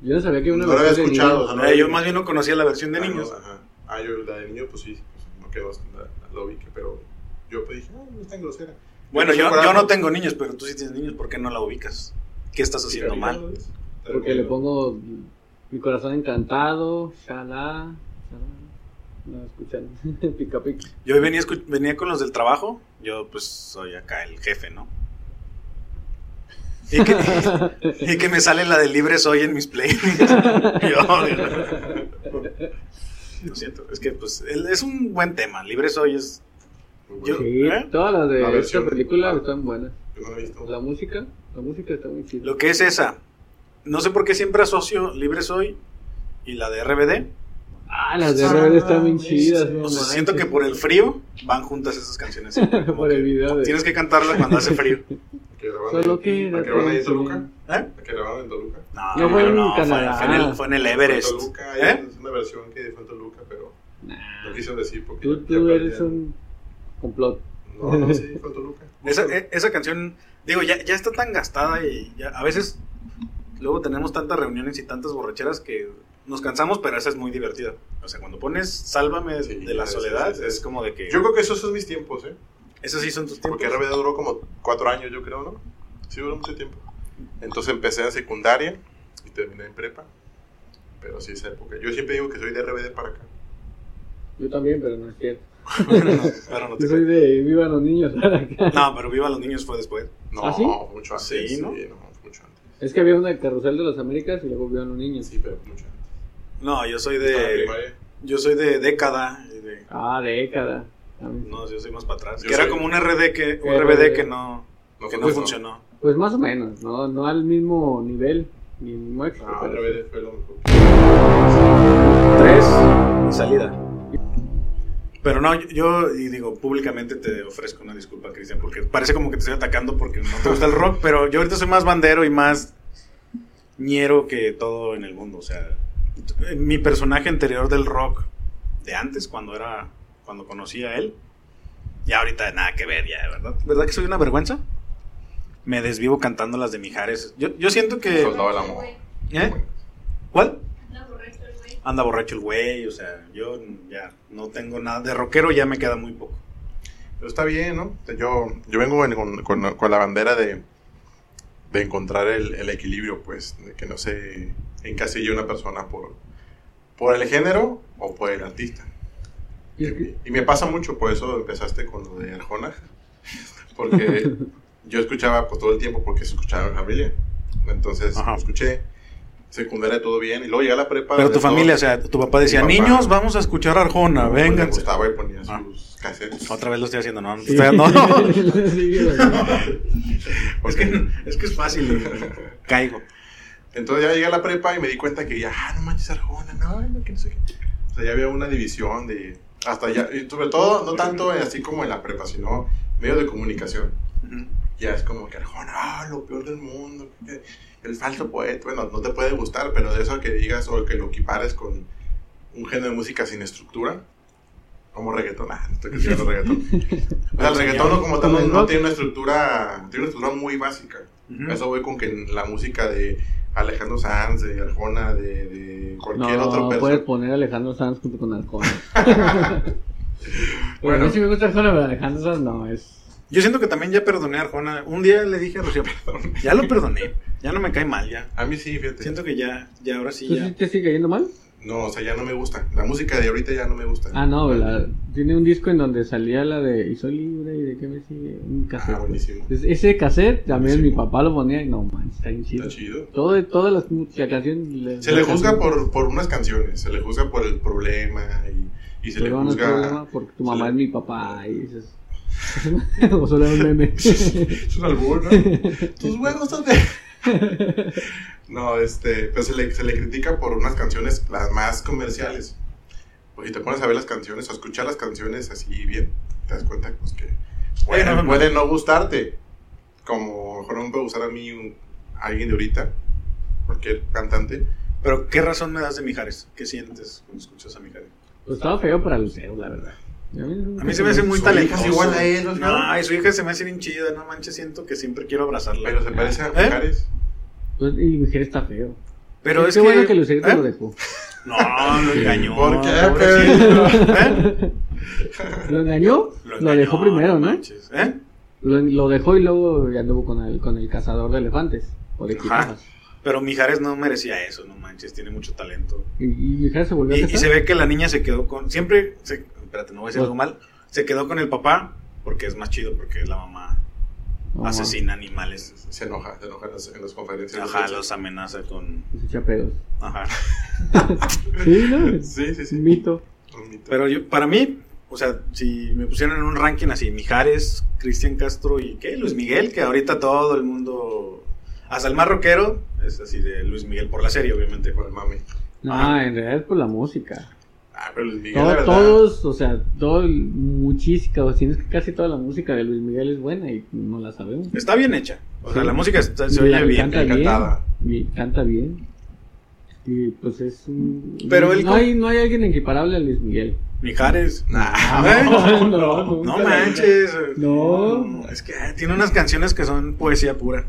Yo no sabía que una
No lo había
versión de
escuchado. o
niños-
sea,
No,
no lo-
Eh, yo más bien no conocía la versión de
Ah, no,
niños.
ajá. Ah, yo la de niño, pues sí, pues, no quedó la, la lo ubiqué, pero yo pues, dije, ah, no es tan grosera.
Bueno, yo,
Recuerdo-
yo no tengo niños, pero tú sí tienes niños, ¿por qué no la ubicas? ¿Qué estás haciendo
Pica, pica,
mal?
¿no ves?
Porque le pongo mi corazón encantado, shalá, shalá. No escuchan, pica pica.
Yo venía, escu- venía con los del trabajo, yo pues soy acá el jefe, ¿no? Y que, y que me sale la de libre soy en mis playlists. Yo, Dios
Pues,
mío. Lo siento, es que pues el- es un buen tema, libre soy es
Muy bueno.
Yo-
Sí,
¿Eh?
todas las de
La versión Ah.
esta película
de-
están buenas.
Yo no la he visto.
La música, la música está muy chida.
Lo que es esa. No sé por qué siempre asocio Libre Soy y la de RBD.
Ah, las de RBD están bien
Ah,
chidas. no
O sea,
manches.
siento que por el frío van juntas esas canciones. siempre, como
Por el
que
video de-
Tienes que cantarlas cuando hace frío.
Que grabaron
Solo
en-
que...
¿La que grabaron ahí en Toluca?
¿eh?
¿La que grabaron en Toluca?
No,
No fue en
fue-
Canadá.
Fue, en el, fue en el Everest.
En Toluca,
¿Eh?
es una versión que fue en Toluca, pero no quiso decir porque...
Tú,
ya-
tú
ya
eres
perdían.
un complot.
No, no, sí, fue en Toluca.
Esa, e- esa canción, digo, ya, ya está tan gastada y ya- a veces luego tenemos tantas reuniones y tantas borracheras que nos cansamos, pero esa es muy divertida. O sea, cuando pones Sálvame
Sí,
de la
es- es-
soledad,
es-
es como de que...
Yo creo que esos son mis tiempos, ¿eh?
Esos sí son tus tiempos.
Porque RBD duró como cuatro años, yo creo, ¿no? Sí, duró mucho tiempo. Entonces empecé en secundaria y terminé en prepa. Pero sí, esa época. Yo siempre digo que soy de RBD para acá.
Yo también, pero no es cierto.
Pero no te
Yo soy de Viva los niños.
No, pero Viva los Niños fue después.
No,
¿Ah, sí?
mucho antes.
Sí,
Sí,
¿no?
¿no? fue mucho antes.
es que había una de Carrusel de las Américas y luego Viva los niños.
Sí, pero mucho antes.
No, yo soy
Estaba en
de.
primaria.
Yo soy de década. y de-
Ah, década. También.
no, yo soy más para atrás.
Yo
que era
soy-
como un RD que, un
Eh,
RBD que no,
No,
que
fue
no
eso.
funcionó.
Pues más o menos, no, no al mismo nivel, ni al mismo éxito.
No,
pero-
RBD fue lo mejor.
Tres y salida. Pero no, yo- yo y digo, públicamente te ofrezco una disculpa, Cristian, porque parece como que te estoy atacando porque no te gusta el rock, pero yo ahorita soy más bandero y más ñero que todo en el mundo. O sea, t- mi personaje anterior del rock de antes, cuando era, cuando conocí a él, ya ahorita nada que ver, ya, ¿verdad? ¿Verdad que soy una vergüenza? Me desvivo cantando las de Mijares. Yo, yo siento que...
Soldado del amor.
¿Eh? ¿Cuál?
Anda borracho el güey.
anda borracho el güey, o sea, yo ya no tengo nada de rockero, ya me queda muy poco.
Pero está bien, ¿no? O sea, Yo, yo vengo en- con, con- con la bandera de, de encontrar el, el equilibrio, pues, de que no se encasille una persona por, por el género o por el artista.
Y
Y,
es que-
y me pasa mucho, por eso empezaste con lo de Arjona, porque yo escuchaba pues, todo el tiempo porque se escuchaba en familia. Entonces
Ajá.
escuché, secundaria todo bien, y luego llegué a la prepa.
Pero
de
tu
todo.
familia, o sea, tu papá decía,
Mi papá.
niños, vamos a escuchar Arjona,
Pues, le
vengan.
gustaba y ponía
Ah.
sus cassettes.
Otra vez lo estoy haciendo, no, no,
Sí.
estoy- no, no.
Sí, güey.
Es que, es que es fácil. eh. Caigo.
Entonces ya llegué a la prepa y me di cuenta que ya, ah, no manches Arjona, no, no, que no sé qué. O sea, ya había una división de. Hasta ya, y sobre todo, no tanto en- así como en la prepa, sino medios de comunicación. Ya es como que Arjona, ah, lo peor del mundo, que- el falso poeta. Bueno, no te puede gustar, pero de eso que digas o que lo equipares con un género de música sin estructura, como reggaetón, ah, no estoy criticando el reggaetón. O sea, el reggaetón no, como tal no, no tiene una estructura, tiene una estructura muy básica.
Ujú.
A Eso voy con que la música de Alejandro Sanz, de Arjona, de, de cualquier otro
No, pues, puedes
persona.
poner a Alejandro Sanz junto con Arjona. bueno, a
Bueno.
mí sí me gusta Arjona, pero Alejandro Sanz no, es...
Yo siento que también ya perdoné a Arjona. Un día le dije a Rocío, perdón, ya lo perdoné. Ya no me cae mal, ya.
A mí sí, fíjate.
Siento que ya, ya ahora sí,
¿Tú sí
ya.
te sigue yendo mal?
No, o sea, ya no me gusta. La música de ahorita ya no me gusta.
Ah, no, la- tiene un disco en donde salía la de Y soy libre y de qué me sigue un
Ah,
cassette.
buenísimo.
Entonces, ese cassette también mi
Buenísimo.
papá lo ponía y no manches, está bien chido.
Está chido.
Todo, todas las mu- la canción le-
Se le
la
juzga
canción-
por, por unas canciones, se le juzga por el problema y, y se le
Pero no hay
juzga.
problema porque tu
se
mamá
le-
es mi papá y dices o solo era un meme.
es un albur, ¿no? Tus huevos dónde. no, este, pero se le, se le critica por unas canciones las más comerciales. Pues si te pones a ver las canciones o a escuchar las canciones así bien, te das cuenta pues que bueno,
Bueno, no.
puede no gustarte. Como a lo mejor no me puede gustar a mí un- alguien de ahorita, cualquier cantante.
Pero, ¿qué razón me das de Mijares? ¿Qué sientes cuando escuchas a Mijares?
Pues estaba feo para Lucero, la verdad. Y A mí,
A mí se me hace muy
Su hija es
talentoso.
igual a
Pues
él, ¿no?
No, y su hija se me hace bien chida. No manches, siento que siempre quiero abrazarla.
Pero se parece a
¿Eh?
Mijares.
Pues, y mujer está feo.
Pero
Qué-
es
qué
que...
bueno que Lucero te
¿Eh?
lo dejó.
No, lo engañó.
¿Por qué,
pobrecito. ¿Eh?
¿Lo engañó? Lo,
engañó,
dejó primero, ¿no?
manches. ¿Eh?
Lo, lo dejó y luego ya anduvo con el, con el cazador de elefantes. O de
Ajá.
jirafas.
Pero Mijares no merecía eso, no manches, tiene mucho talento.
Y, y mujer se volvió a
Y,
casar.
y se ve que la niña se quedó con. Siempre. Se, espérate, no voy a decir
No.
algo mal. Se quedó con el papá porque es más chido, porque la mamá
No,
asesina animales.
Se enoja, se enoja en las, en las conferencias.
Ajá, los amenaza con.
Se echa pedos.
Ajá.
Sí, ¿no? Es
Sí, sí, sí.
un mito.
Un mito.
Pero yo, para mí, o sea, si me pusieran en un ranking así, Mijares, Cristian Castro y ¿qué? Luis Miguel, que ahorita todo el mundo. Hasta el más rockero es así de Luis Miguel por la serie, obviamente.
Por el mami.
No,
Ajá.
en realidad es por la música.
Ah, pero Luis Miguel,
Todo-
la verdad.
todos, o sea, todo, muchísima, o sea, es que casi toda la música de Luis Miguel es buena y no la sabemos.
Está bien hecha. O sea,
Sí.
la música está- se
Y la
oye bien.
canta bien,
encantada.
y canta bien. Y pues es un...
Pero él
no,
con-
hay, no hay alguien equiparable a Luis Miguel.
Mijares.
Nah.
¿Eh?
Ah, no,
No
nunca.
manches.
No.
Es que ah, tiene unas canciones que son poesía pura.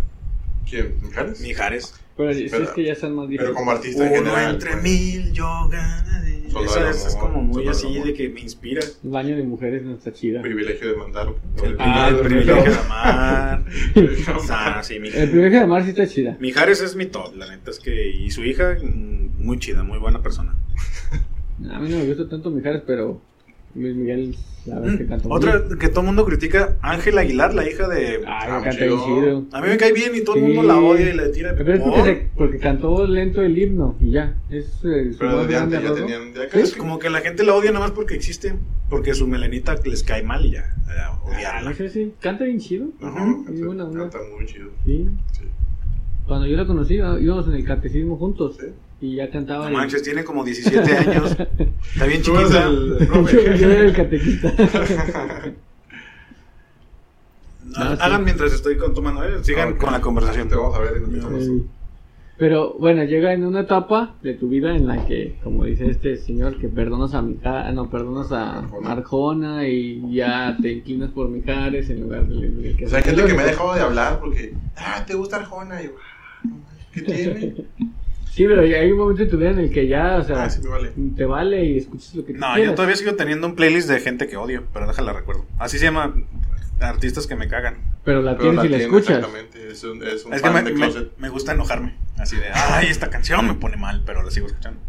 ¿Quién? ¿Mijares?
Mijares.
Pero es,
Pero-
es que ya están más
Pero
diferentes.
como artista en
Uno
general.
entre
pues.
mil, yo ganaré.
Soldado
Esa es,
del
es
amor,
como muy
soldado
así
del amor.
de que me inspira.
El baño de mujeres no está chida.
Privilegio de mandar.
El,
Ah,
el
el
privilegio
primero.
de amar.
privilegio.
Ah, sí,
El
Mijares.
primer de amar sí está chida.
Mijares es mi top, la neta es que. Y su hija, mm, muy chida, muy buena persona.
A mí no me gusta tanto Mijares, pero Luis Miguel, la verdad es que
Mm,
canta muy
Otra
bien.
que todo el mundo critica, Ángel Aguilar, la hija de.
Ay,
Ah,
canta
chido.
bien chido.
A mí me cae bien y todo el
Sí.
mundo la odia y la tira.
Pero es porque,
¿Por?
se- porque cantó lento el himno y ya. Es, eh, su
Pero
más
desde
grande
antes ya
error, ¿no?
tenían. Ya
Es como que la gente la odia nada más porque existe, porque su melenita les cae mal y ya, a
Ah, no
odiarla.
sé si canta bien chido.
No,
Ujú,
muy buena onda.
canta muy chido.
Sí.
Sí.
Cuando yo la conocí, ah, íbamos en el catecismo juntos
Sí.
y ya cantaba.
No
el-
manches, tiene como 17 años, está bien
Tú eres
chiquita.
el- el
yo, yo era el
profe.
catequista.
Ha-
No, sí.
Hagan mientras estoy con- tomando, eh, sigan
Ah, ok.
con la conversación.
Te vamos a ver en el
Sí. Pero bueno, llega en una etapa de tu vida en la que, como dice este señor, que perdonas a Mija- no, perdonas a
Arjona.
Arjona y ya te inclinas por Mijares en lugar de Luis Miguel.
O sea, hay
es
gente
lo
que me ha
que-
dejado de hablar porque. Ah, ¿te gusta Arjona? Y yo, ah, no mames, ¿Qué tiene?
Sí, pero hay un momento en tu vida en el que ya, o sea,
Ah, sí, me vale.
te vale y escuchas lo que tú
No, yo
quieras.
todavía sigo teniendo un playlist de gente que odio, pero déjala recuerdo. Así se llama artistas que me cagan.
Pero la
Pero
tienes
la
y la
tiene,
escuchas.
Exactamente. Es un, es un
Es que me,
fan de
me-
closet.
me gusta enojarme, así de, ay, esta canción me pone mal, pero la sigo escuchando.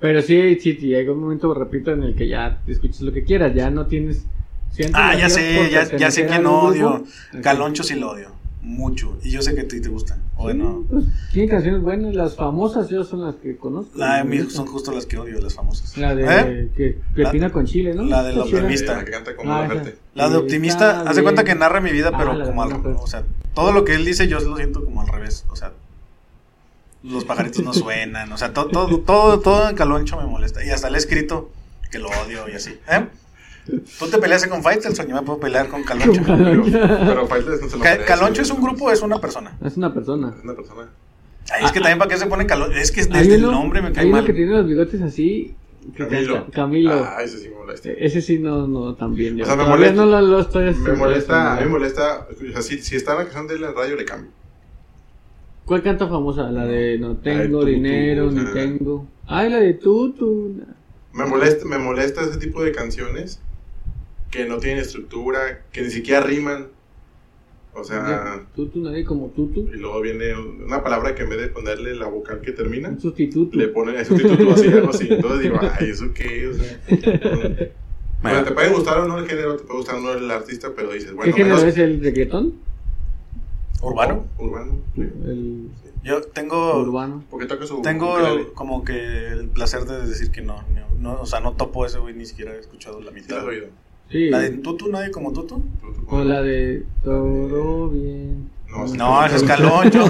Pero sí, sí, sí, hay un momento, repito, en el que ya escuchas lo que quieras, ya no tienes... sientes
Ah, ya
vacío
sé,
por
ya, ya sé
pertenecer a
quién
algún
odio.
grupo.
Caloncho sí lo odio. mucho. Y yo sé que a ti te gusta. Bueno,
Pues, tiene canciones buenas, las famosas yo son las que conozco.
la de mí son justo las que odio, las famosas.
La de
¿Eh?
que, que
La-
opina con Chile, ¿no?
la de la
Chile.
optimista.
Eh, la que canta como
Ah,
la
esa.
verte.
La de optimista,
Está
hace cuenta que
bien.
narra mi vida, pero
Ah, la
como
de-
al revés. O sea, todo lo que él dice yo lo siento como al revés. O sea, los pajaritos no suenan. O sea, todo, todo, todo, todo en Caloncho me molesta. Y hasta el escrito, que lo odio y así. ¿Eh? Tú te peleaste con Faitelson, yo me puedo pelear con Caloncho.
Pero, pero Faitelson no se lo
Ca-
merece.
Caloncho es un grupo, o es una persona.
Es una persona.
Una persona.
Ay, es que también para qué se ponen Caloncho. Es que
Ah, Hay
desde el
uno-
nombre me
hay
cae
uno
mal.
que tiene los bigotes así. que
Camilo.
canta- Camilo.
Ah, ese sí me molesta.
E- Ese sí no, no, también.
O sea, me
Todavía
molesta.
no lo, lo estoy
Me molesta, a mí me
haciendo. este,
molesta. O sea, si, si está la canción de él en radio, le cambio.
¿Cuál canta famosa? La de no tengo
tú, tú,
dinero,
o sea.
ni tengo. Ay, la de tú, tú.
Me molesta, me molesta ese tipo de canciones que no tienen estructura, que ni siquiera riman. O sea,
Tú, tú, nadie como tú, tú.
y luego viene una palabra que en vez de ponerle la vocal que termina,
Un sustituto.
le ponen el subtítulo así, algo así. Entonces digo, ay, ¿eso qué? O sea, bueno, te puede gustar o no el género, te puede gustar o no el artista, pero dices,
¿Qué
bueno,
género
menos
es el reggaetón?
Urbano.
urbano.
El
Yo tengo.
urbano.
Porque toca su. ukelele.
Tengo como que el placer de decir que no, no, no, o sea, no topo ese güey, ni siquiera he escuchado la
¿Sí la
mitad.
has oído?
Sí.
La de Tutu, nadie como Tutu.
O la de todo bien.
No, sí.
No, ese es Caloncho.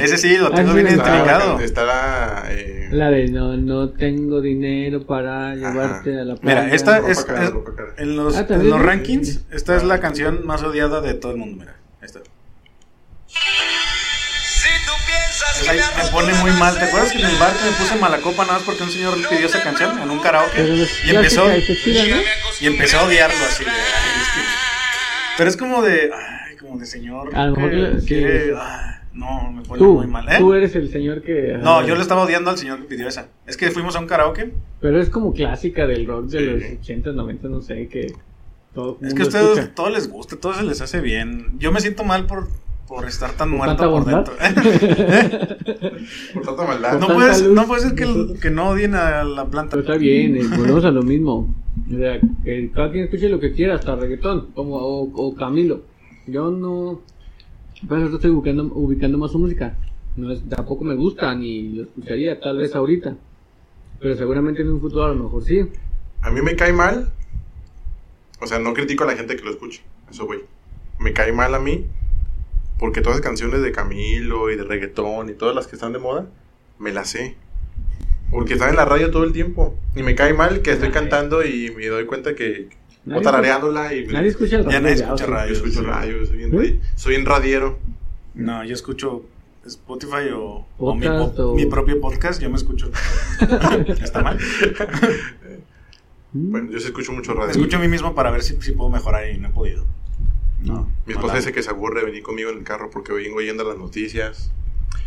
ese sí, lo tengo
Ah,
bien
sí,
Está-
identificado.
Está la. eh,
La de no, no tengo dinero para llevarte a la playa.
Mira, esta
ropa
es-
cara,
es-
ropa cara.
En los,
Ah,
en
también. Ah,
los rankings, esta es la canción más odiada de todo el mundo. Mira, esta.
Si tú piensas
Esa ahí me pone muy mal. ¿Te acuerdas que en el bar me puse mala copa nada más porque un señor pidió esa canción en un
Pero
karaoke?
es
Y empezó,
clásica y chida, ¿no?
y empezó a odiarlo así. de, "Ay, es que-". Pero es como de, ay, como de señor.
A lo mejor
que
le- sí.
quiere- ah, no, me pone
Tú,
muy mal. ¿eh?
tú eres el señor que...
No,
ajá,
yo le estaba odiando al señor que pidió esa. Es que fuimos a un karaoke.
Pero es como clásica del rock de
Sí.
los 80, 90, no sé, que todo el
Es que a
mundo
ustedes
escucha.
todo les gusta, todo se les hace bien. Yo me siento mal por, por estar tan
tanta
muerto por
bondad.
dentro.
Por tanta maldad.
no,
tanta
puedes,
luz.
no puede ser que, el- que no odien a la planta.
Pero está bien, eh, volvemos a lo mismo. O sea, que cada quien escuche lo que quiera, hasta reggaetón, como, o, o Camilo. Yo no... Pero yo estoy ubicando, ubicando más su música. No es, tampoco me gusta, ni lo escucharía, tal vez ahorita. Pero seguramente en un futuro a lo mejor sí.
A mí me cae mal. O sea, no critico a la gente que lo escucha. Eso voy. Me cae mal a mí. Porque todas las canciones de Camilo y de reggaetón y todas las que están de moda, me las sé. Porque están en la radio todo el tiempo. Y me cae mal que estoy
Ay.
cantando y me doy cuenta que.
Nadie-
o tarareándola y.
Nadie escucha el
Ya
radio,
nadie escucha
o sea,
radio.
Yo escucho
Sí.
radio, soy bien,
¿Sí?
radi- soy bien radiero.
No, yo escucho Spotify o, o mi,
Podcast
po-
o-
mi propio podcast, yo me escucho. Está mal.
¿Mm?
Bueno, yo sí escucho mucho
Me
radio.
escucho a mí mismo para ver si, si puedo mejorar y no he podido. No.
Mi esposa
no,
dice que se aburre de venir conmigo en el carro porque vengo oyendo las noticias.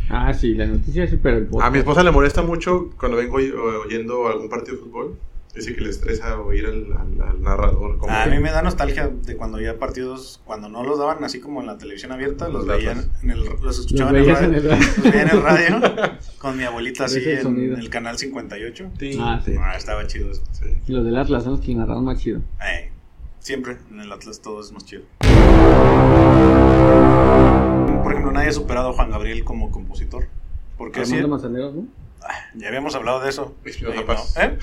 Ah, sí, la noticia sí,
Ah,
pero el
A
podcast.
mi esposa le molesta mucho cuando vengo oy- oyendo algún partido de fútbol. Dice que le estresa oír al, al- al narrador. Como
Ah, A
que-
mí me da nostalgia de cuando había partidos, cuando no los daban así como en la televisión abierta, los,
Los datos.
veían en el, los
Los
escuchaban en el
veías
radio,
en el radio.
los veía en el radio con mi abuelita así
Ves el
en
sonido.
el canal 58.
Sí.
Ah, sí.
Ah, estaba chido eso.
Sí.
Los del Atlas son los que narraron más chido.
Eh, siempre en el Atlas todo es más chido. Por ejemplo, nadie ha superado a Juan Gabriel como compositor. Porque sí,
Armando Manzanero, ¿no?
ya habíamos hablado de eso.
Espinoza
Eh, no,
Paz.
¿eh?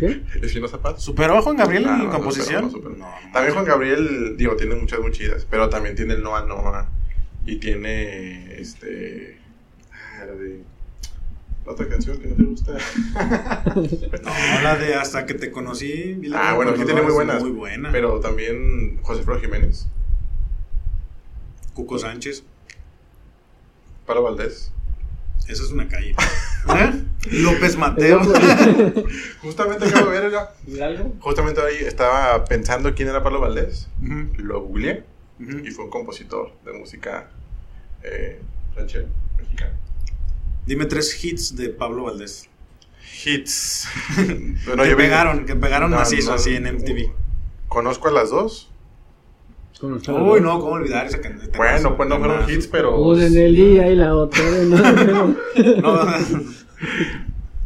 ¿Qué?
Espinoza Paz.
¿Superó a Juan Gabriel
Ah,
en
no, no,
composición?
superó, no, superó.
No, no.
También Juan Gabriel, digo, tiene muchas muchidas, pero también tiene el Noa Noa y tiene este. ah, la de- La otra canción que no te gusta.
Ah. No, la de hasta que te conocí. vi la
Ah,
de
bueno, sí
Dolores,
tiene muy buenas.
Muy buena.
Pero también José Flor Jiménez,
Cuco Sánchez,
Para Valdés.
esa es una calle. ¿Eh? López Mateo.
Justamente acabo de ver, oiga,
¿Hidalgo?
justamente ahí estaba pensando quién era Pablo Valdés.
Ujú,
Lo googleé
ujú.
y fue un compositor de música eh, ranchera mexicana.
Dime tres hits de Pablo Valdés.
Hits.
Que pegaron, que pegaron macizo así en MTV.
Conozco a las dos.
¿Cómo está la
Uy,
voz?
no, ¿cómo olvidar esa canción?
Bueno, pues no fueron
Temazo.
hits, pero.
Una en el día y la otra de noche.
No,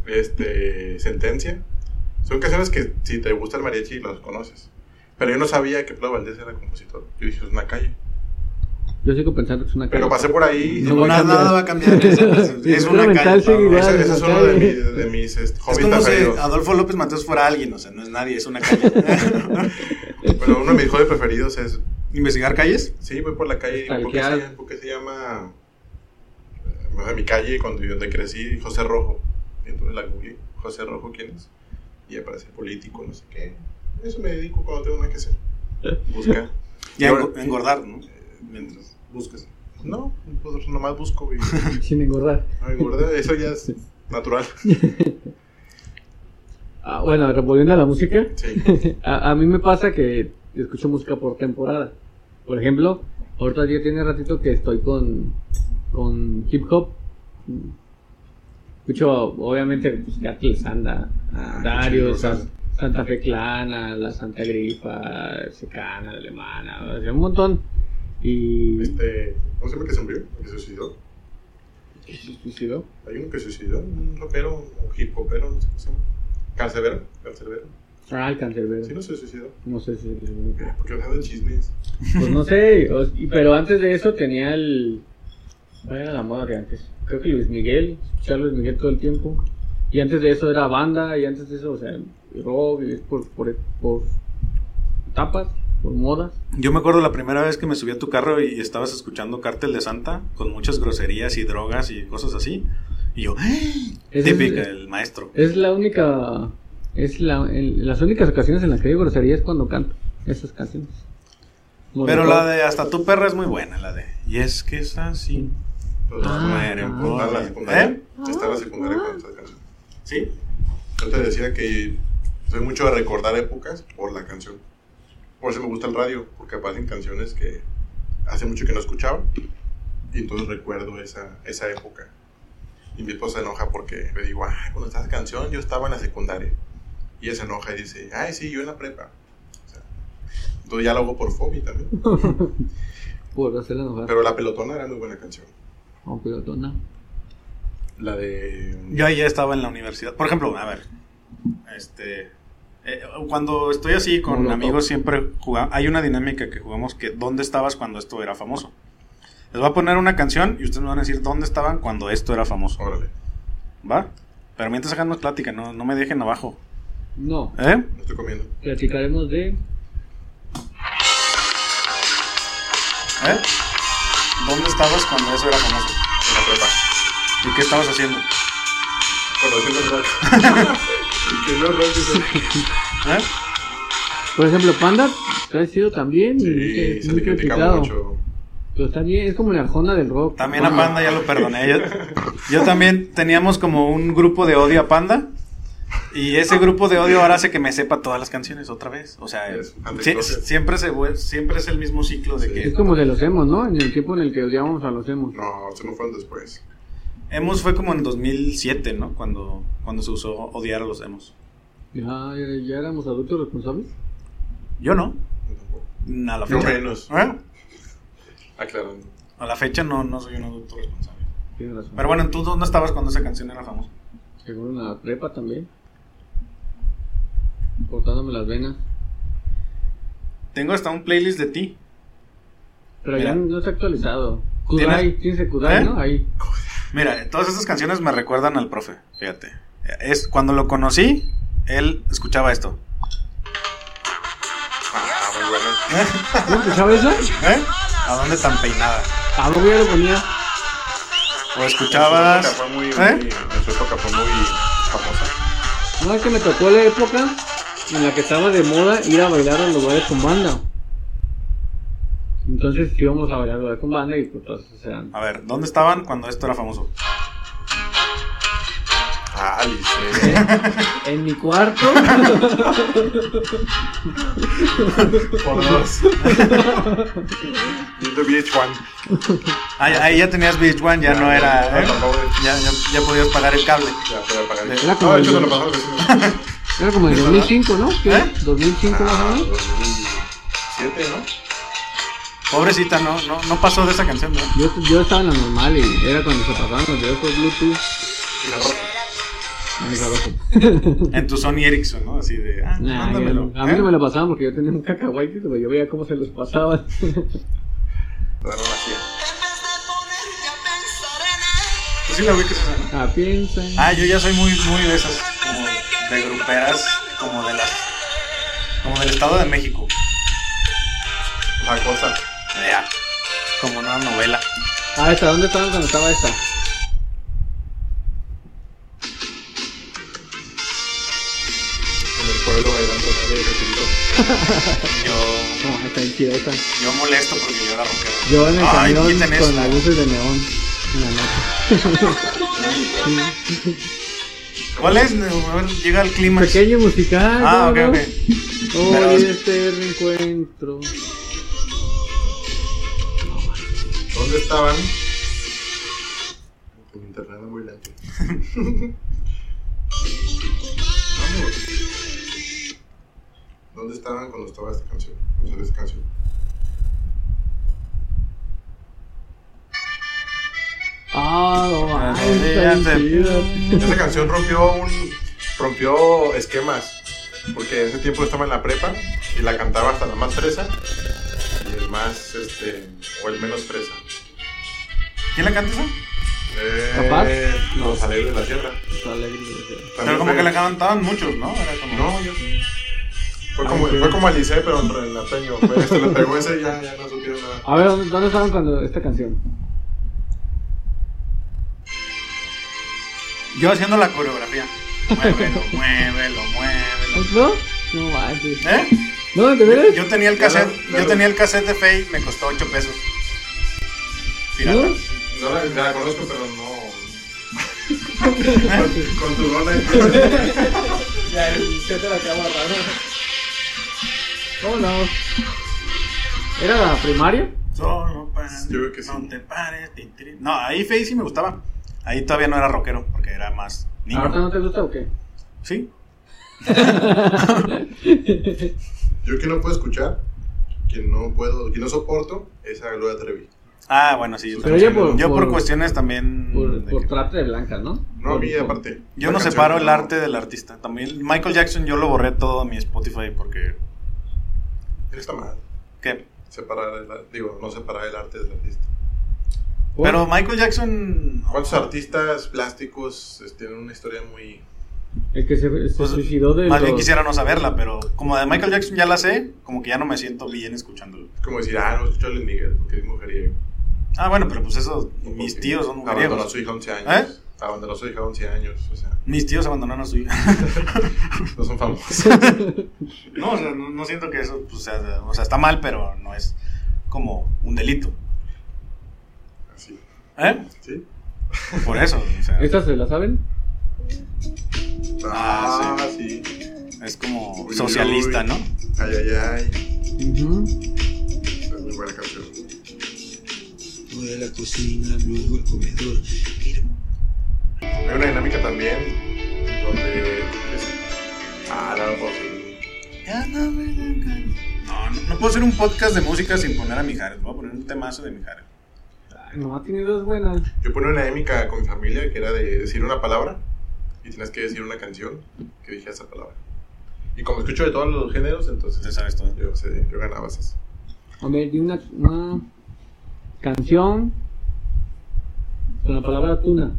Este. Sentencia. Son canciones que si te gusta el mariachi las conoces. Pero yo no sabía que Pablo Valdés era compositor. Yo dije, es una calle.
Yo sigo pensando que es una
Pero pasé por ahí.
No voy
nada,
a cambiar.
nada va a cambiar. Es, es- es una
Fundamental
calle.
seguir-
ese,
Igual,
ese
en
es
la
uno de,
calle.
mis- de mis este,
Es
hobbies
como si
preferidos.
Adolfo López Mateos fuera alguien, o sea, no es nadie, es una calle.
Bueno, uno de mis hobbies preferidos es.
¿Investigar calles?
Sí, voy por la calle. ¿Por qué,
Stalkear.
se, por qué se llama? eh, no sé, mi calle, cuando yo donde crecí, José Rojo. Y entonces la googleé. José Rojo, ¿quién es? Y aparece político, no sé qué. Eso me dedico cuando tengo nada que hacer. Buscar.
Ya
Y ahora-
engo- engordar, ¿no? Mientras buscas.
Eh, No, pues nomás busco y
sin engordar.
no me engorda, Eso ya es natural.
Ah, bueno, volviendo a la música,
Sí.
a, a mí me pasa que escucho música por temporada. Por ejemplo, ahorita ya tiene ratito que estoy con, con hip hop. Escucho, obviamente, pues, Cártel Sanda, a
Ah,
Darius,
qué chido,
a Santa Fe Clan, a la Santa Grifa, a Secana, a la Alemana, o sea, un montón. Y.
Este, ¿Cómo se llama el que se murió? ¿El que se suicidó?
¿Se suicidó?
Hay uno que se suicidó, un rockero, un hip hopero, no sé cómo se llama. Cancerbero, Cancerbero.
Ah, el Cancerbero.
Sí, no se suicidó.
No sé si. si-
Porque hablando de chismes.
Pues no sé, o- y- pero antes de eso tenía el... ¿Cuál era la moda de antes? Creo que Luis Miguel, escuchaba a Luis Miguel todo el tiempo. Y antes de eso era banda, y antes de eso, o sea, rock, y es por, por, por etapas, por modas.
Yo me acuerdo la primera vez que me subí a tu carro y estabas escuchando Cártel de Santa con muchas groserías y drogas y cosas así. Y yo, ¡ay!
Ese es-
típica, el maestro.
Es la única... Es la, en- las únicas ocasiones en las que digo grosería es cuando canto esas canciones.
Pero la de Hasta tu perra es muy buena, la de. Y es que es así.
Todos
Ah,
mueren por
ah.
la secundaria.
¿Eh?
Está en la secundaria cuando esa canción.
¿Sí?
Yo te decía que soy mucho de recordar épocas por la canción. Por eso me gusta el radio, porque aparecen canciones que hace mucho que no escuchaba. Y entonces recuerdo esa, esa época. Y mi esposa se enoja porque le digo, ah, cuando estaba esa canción yo estaba en la secundaria. Y ella se enoja y dice, ay, sí, yo en la prepa. O sea, entonces ya lo hago por fobia también.
Por hacerla enojar.
Pero La Pelotona era muy buena canción.
Oh, pero tú no.
La de...
Yo ahí ya estaba en la universidad. Por ejemplo, a ver, este, eh, cuando estoy así con
Molotov.
amigos siempre jugamos, hay una dinámica que jugamos que ¿dónde estabas cuando esto era famoso? Les voy a poner una canción y ustedes me van a decir dónde estaban cuando esto era famoso,
Órale,
¿va? Pero mientras hagamos plática, no, no me dejen abajo,
No,
¿eh?
no estoy comiendo.
platicaremos de...
¿Eh? ¿Dónde estabas cuando eso era famoso?
En la prepa.
¿Y qué estabas haciendo?
Conociendo el rock. que no rock es el-
¿Eh?
Por ejemplo, Panda, ha sido también
Sí,
muy-
se
muy
le criticaba
criticado.
mucho.
Pero está bien, es como la Arjona del rock.
También a Panda ya lo perdoné. Yo, yo también teníamos como un grupo de odio a Panda. Y ese grupo de odio ahora hace que me sepa todas las canciones otra vez. O sea,
Es un
sí-
anticoge.
siempre, se, vuel- siempre es el mismo ciclo de
Sí.
que
Es como de los emos, ¿no? En el tiempo en el que odiábamos a los emos.
No, se me fueron después.
Emos fue como en 2007, ¿no? Cuando, cuando se usó odiar a los Emos.
Ya, ya éramos adultos responsables.
Yo no.
Yo tampoco.
A la
Yo
fecha.
menos.
¿Eh?
Aclarando.
A la fecha no, no soy un adulto responsable.
Tienes razón.
Pero bueno, ¿tú dónde estabas cuando esa canción era famosa?
Seguro en la prepa también. Cortándome las venas.
Tengo hasta un playlist de ti.
Pero
Mira.
ya no está actualizado.
¿Tienes-
Kudai, tienes el Kudai,
¿Eh?
¿no? Ahí.
Mira, todas estas canciones me recuerdan al profe, fíjate. Es, cuando lo conocí, él escuchaba esto.
Ah, muy buena.
¿No escuchaba eso?
¿Eh? ¿A dónde tan peinada?
A poco ya lo ponía.
O escuchabas...
En su época fue muy, muy-
¿Eh?
en su época fue muy famosa.
No, es que me tocó la época en la que estaba de moda ir a bailar a lugares con banda. Entonces íbamos a bailar a lugares con banda y pues todas esas eran.
A ver, ¿dónde estaban cuando esto era famoso?
Ah, Alice.
En mi cuarto,
Por dos. Viendo VH1.
Ah, ya- ahí ya tenías VH1, ya no era... ¿eh?
No, tampoco.
Ya, ya, ya podías pagar el cable.
Ya, voy a pagar.
Era como
No, de hecho
el-
se lo pasó al vecino.
era como en
¿Eso
2005, ¿no? ¿Qué?
¿Eh?
2005 más o
Ah,
menos.
2007, ¿no?
Pobrecita, no, no, no pasó de esa canción, ¿no?
Yo, yo estaba en la normal y era cuando se pasaban los videos por Bluetooth.
Y la ropa.
A mi trabajo.
En tu Sony Ericsson, ¿no? Así de... Ah,
Nah, yo
mándamelo.
no- a mí
¿eh?
no me lo pasaban porque yo tenía un cacahuate, pero yo veía cómo se los pasaban.
Todavía no nacía.
Pues Sí la ubicas esa, ¿no?
Ah, piensa. en-
Ah, yo ya soy muy, muy de esas, como de gruperas, como de las, como del Estado de México.
La cosa.
Ya, como una novela.
Ah, esta, ¿dónde estaban cuando estaba esta?
En el pueblo bailando sale Jesucristo.
Yo,
No, está bien chida esta.
yo molesto porque yo era rockero.
Yo en el
Ay,
camión
quiten
con
eso.
las luces de neón en la noche.
¿Cuál es? A ver, llega el clima.
Pequeño musical.
Ah, ok,
¿no?
ok. Pero-
Hoy este reencuentro.
¿Dónde estaban? Mi internet anda muy lento. Vamos. ¿Dónde estaban cuando estaba esta canción? Cuando salió esta canción.
Ah, no, ay, está bien chida.
Esa canción rompió un rompió esquemas. Porque en ese tiempo estaba en la prepa y la cantaba hasta la más fresa y el más este o el menos fresa.
¿Quién la canta esa?
Eh,
¿Capaz?
Los alegres de la sierra.
Está alegre, sí.
Pero
También
como
fue-
que la cantaban muchos, ¿no? Era como...
No, yo fue
Ah,
como,
ok.
fue como Alice, pero en relateño. Fue, se le pegó ese y ya, ya no supieron nada.
A ver, ¿dónde, dónde estaban cuando esta canción?
Yo haciendo la coreografía. Muévelo, muévelo, muévelo.
¿No? No manches.
¿Eh?
¿No? ¿De veras?
Yo tenía el cassette,
Claro, claro.
yo tenía el cassette de Faye, me costó 8 pesos. Pirata.
¿No?
No la, la conozco, pero no. con, con tu rola.
Ya, ya te la acabo raro. ¿Cómo no? ¿Era la primaria?
Solo para-
Yo creo que sí.
No te pares. tin, tirin. No, ahí Faye sí me gustaba. Ahí todavía no era rockero, porque era más niño.
¿Ahorita no te gusta o qué?
Sí.
Yo que no puedo escuchar, que no puedo, que no soporto, es a Gloria Trevi.
Ah, bueno, sí. Yo,
Pero
también.
ella por-
Yo por,
por-
cuestiones también...
Por,
de
por
que-
trate de blancas, ¿no?
No, a
Por-
mí
por-
aparte.
yo
la
no
canción,
separo el
no.
arte del artista. También Michael Jackson yo lo borré todo de mi Spotify porque...
Él está mal.
¿Qué?
Separar el, ar- digo, no separar el arte del artista.
por-
Pero Michael Jackson...
¿Cuántos artistas plásticos eh, tienen una historia muy.
El que se, se
Pues,
suicidó de
Más bien
los-
quisiera no saberla, pero como de Michael Jackson ya la sé, como que ya no me siento bien escuchándolo.
como decir, ah, no escucho a Luis Miguel porque es mujeriego?
Ah, bueno, pero pues eso,
O
mis
porque
tíos son
Abandonó a
mujeriegos.
su hija a 11 años.
¿Eh?
Abandonó a su hija a 11 años. O sea,
Mis tíos abandonaron a su hija.
no son famosos.
No, o sea, no, no siento que eso, pues, sea, o sea, está mal, pero no es como un delito.
Así.
¿Eh?
¿Sí?
Por eso, o sea,
¿Esta se la saben?
Ah,
Ah,
sí.
es como
Uy,
socialista,
uy.
¿no?
Ay, ay, ay.
Ujú.
Esa es muy buena canción.
Ahora la cocina, luego el comedor. Mira,
Hay una dinámica también donde. es- Ah, no, pues sí.
No, no, no puedo hacer un podcast de música sin poner a Mijares. Voy a poner un temazo de Mijares.
Ay, No, tiene dos buenas.
Yo ponía una dinámica con mi familia que era de decir una palabra y tenías que decir una canción que dijera esa palabra. Y como escucho de todos los géneros,
Te
entonces
sabes todo.
yo, sé- yo ganaba esas.
A ver, di una, una canción con la palabra tuna.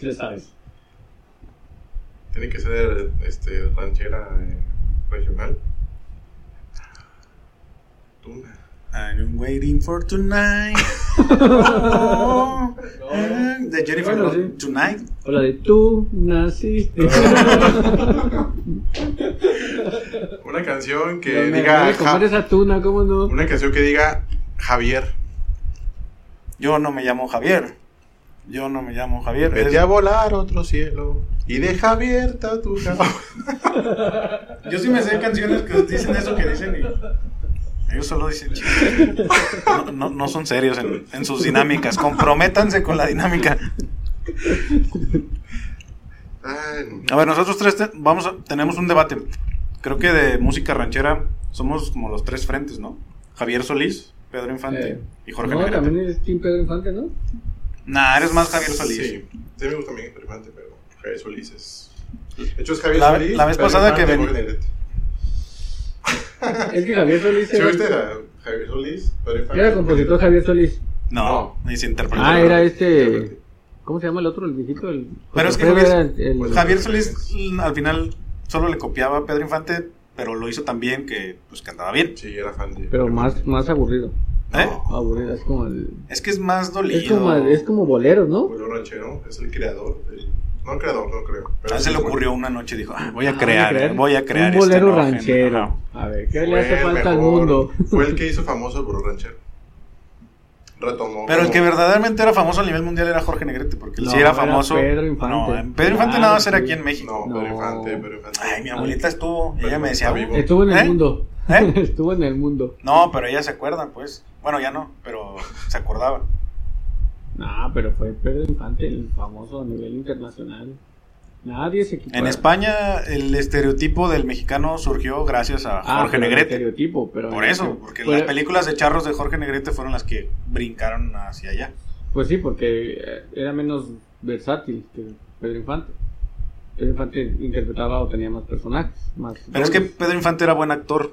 ¿Le sabes?
Tiene que ser este, ranchera eh, regional. Tuna.
I'm waiting for tonight. Oh, eh, de Jennifer
Bueno,
Lopez.
sí.
Tonight.
O la de tú naciste.
Una canción que
Me voy
diga.
a comer
Ja-
esa tuna, ¿cómo no?
una canción que diga Javier.
Yo no me llamo Javier. Yo no me llamo Javier.
Vete
Es-
a volar otro cielo y deja abierta tu cama.
Yo sí me sé canciones que dicen eso que dicen y ellos solo dicen chistes. No, no, no son serios en, en sus dinámicas. Comprométanse con la dinámica.
Ay, Ah, no.
A ver, nosotros tres te- vamos a- tenemos un debate. Creo que de música ranchera somos como los tres frentes, ¿no? Javier Solís, Pedro Infante
Eh,
y Jorge
no,
Negrete.
también es Team Pedro Infante, ¿no?
Nah, eres más Javier Solís.
Sí, sí me gusta también el primante, pero Javier Solís es. De hecho, es Javier
La-
Solís.
la vez
Pedro
pasada
Infante,
que ven-
Jorge Negrete.
Es que Javier Solís
¿Sí
era,
viste a Javier Solís? Pedro Infante,
era el compositor
Jorge
Javier Solís.
No, ni se interpretó.
Ah, era este ¿Cómo se llama el otro, el viejito? El,
Pero es que
Pedro
Javier-
era el- el-
Javier Solís mm, al final solo le copiaba a Pedro Infante, pero lo hizo tan bien que pues cantaba bien.
Sí, era fan de.
Pero más, más aburrido.
¿Eh?
No,
Aburrido, es como el-
Es que es más dolido.
Es como, es como boleros, ¿no?
Julio Ranchero es el creador. del- No, el creador, no creo.
A
Pero
él
sí
se le
fue-
ocurrió una noche, dijo, "Ah, voy a
Ah,
crear, voy a crear
Un bolero
este, ¿no? Ajá.
ranchero. A ver, ¿qué le
fue
hace
el
falta al
mejor-
mundo?
Fue el que hizo famoso el burro ranchero. Retomó.
Pero el
como-
que verdaderamente era famoso a nivel mundial era Jorge Negrete, porque él
No,
sí era
era
famoso.
Pedro Infante.
No, Pedro Infante
Ah,
nada más era
sí.
aquí en México.
No,
No.
pero infante, pero infante.
Ay, mi
Ah,
abuelita estuvo, y
Pero
ella me decía,
está vivo.
Estuvo en el
¿Eh?
mundo.
¿Eh?
Estuvo en el mundo.
no, pero ella se acuerda, pues. Bueno, ya no, pero se acordaba.
No, pero fue Pedro Infante, el famoso a nivel internacional. Nadie se equipara.
En España el estereotipo del mexicano surgió gracias a
Ah,
Jorge
pero el
Negrete.
estereotipo, Pues- pero
Por eso, porque
Pero-
las películas de charros de Jorge Negrete fueron las que brincaron hacia allá.
Pues sí, porque eh, era menos versátil que Pedro Infante. Pedro Infante interpretaba o tenía más personajes, más.
Pero es que Pedro Infante era buen actor.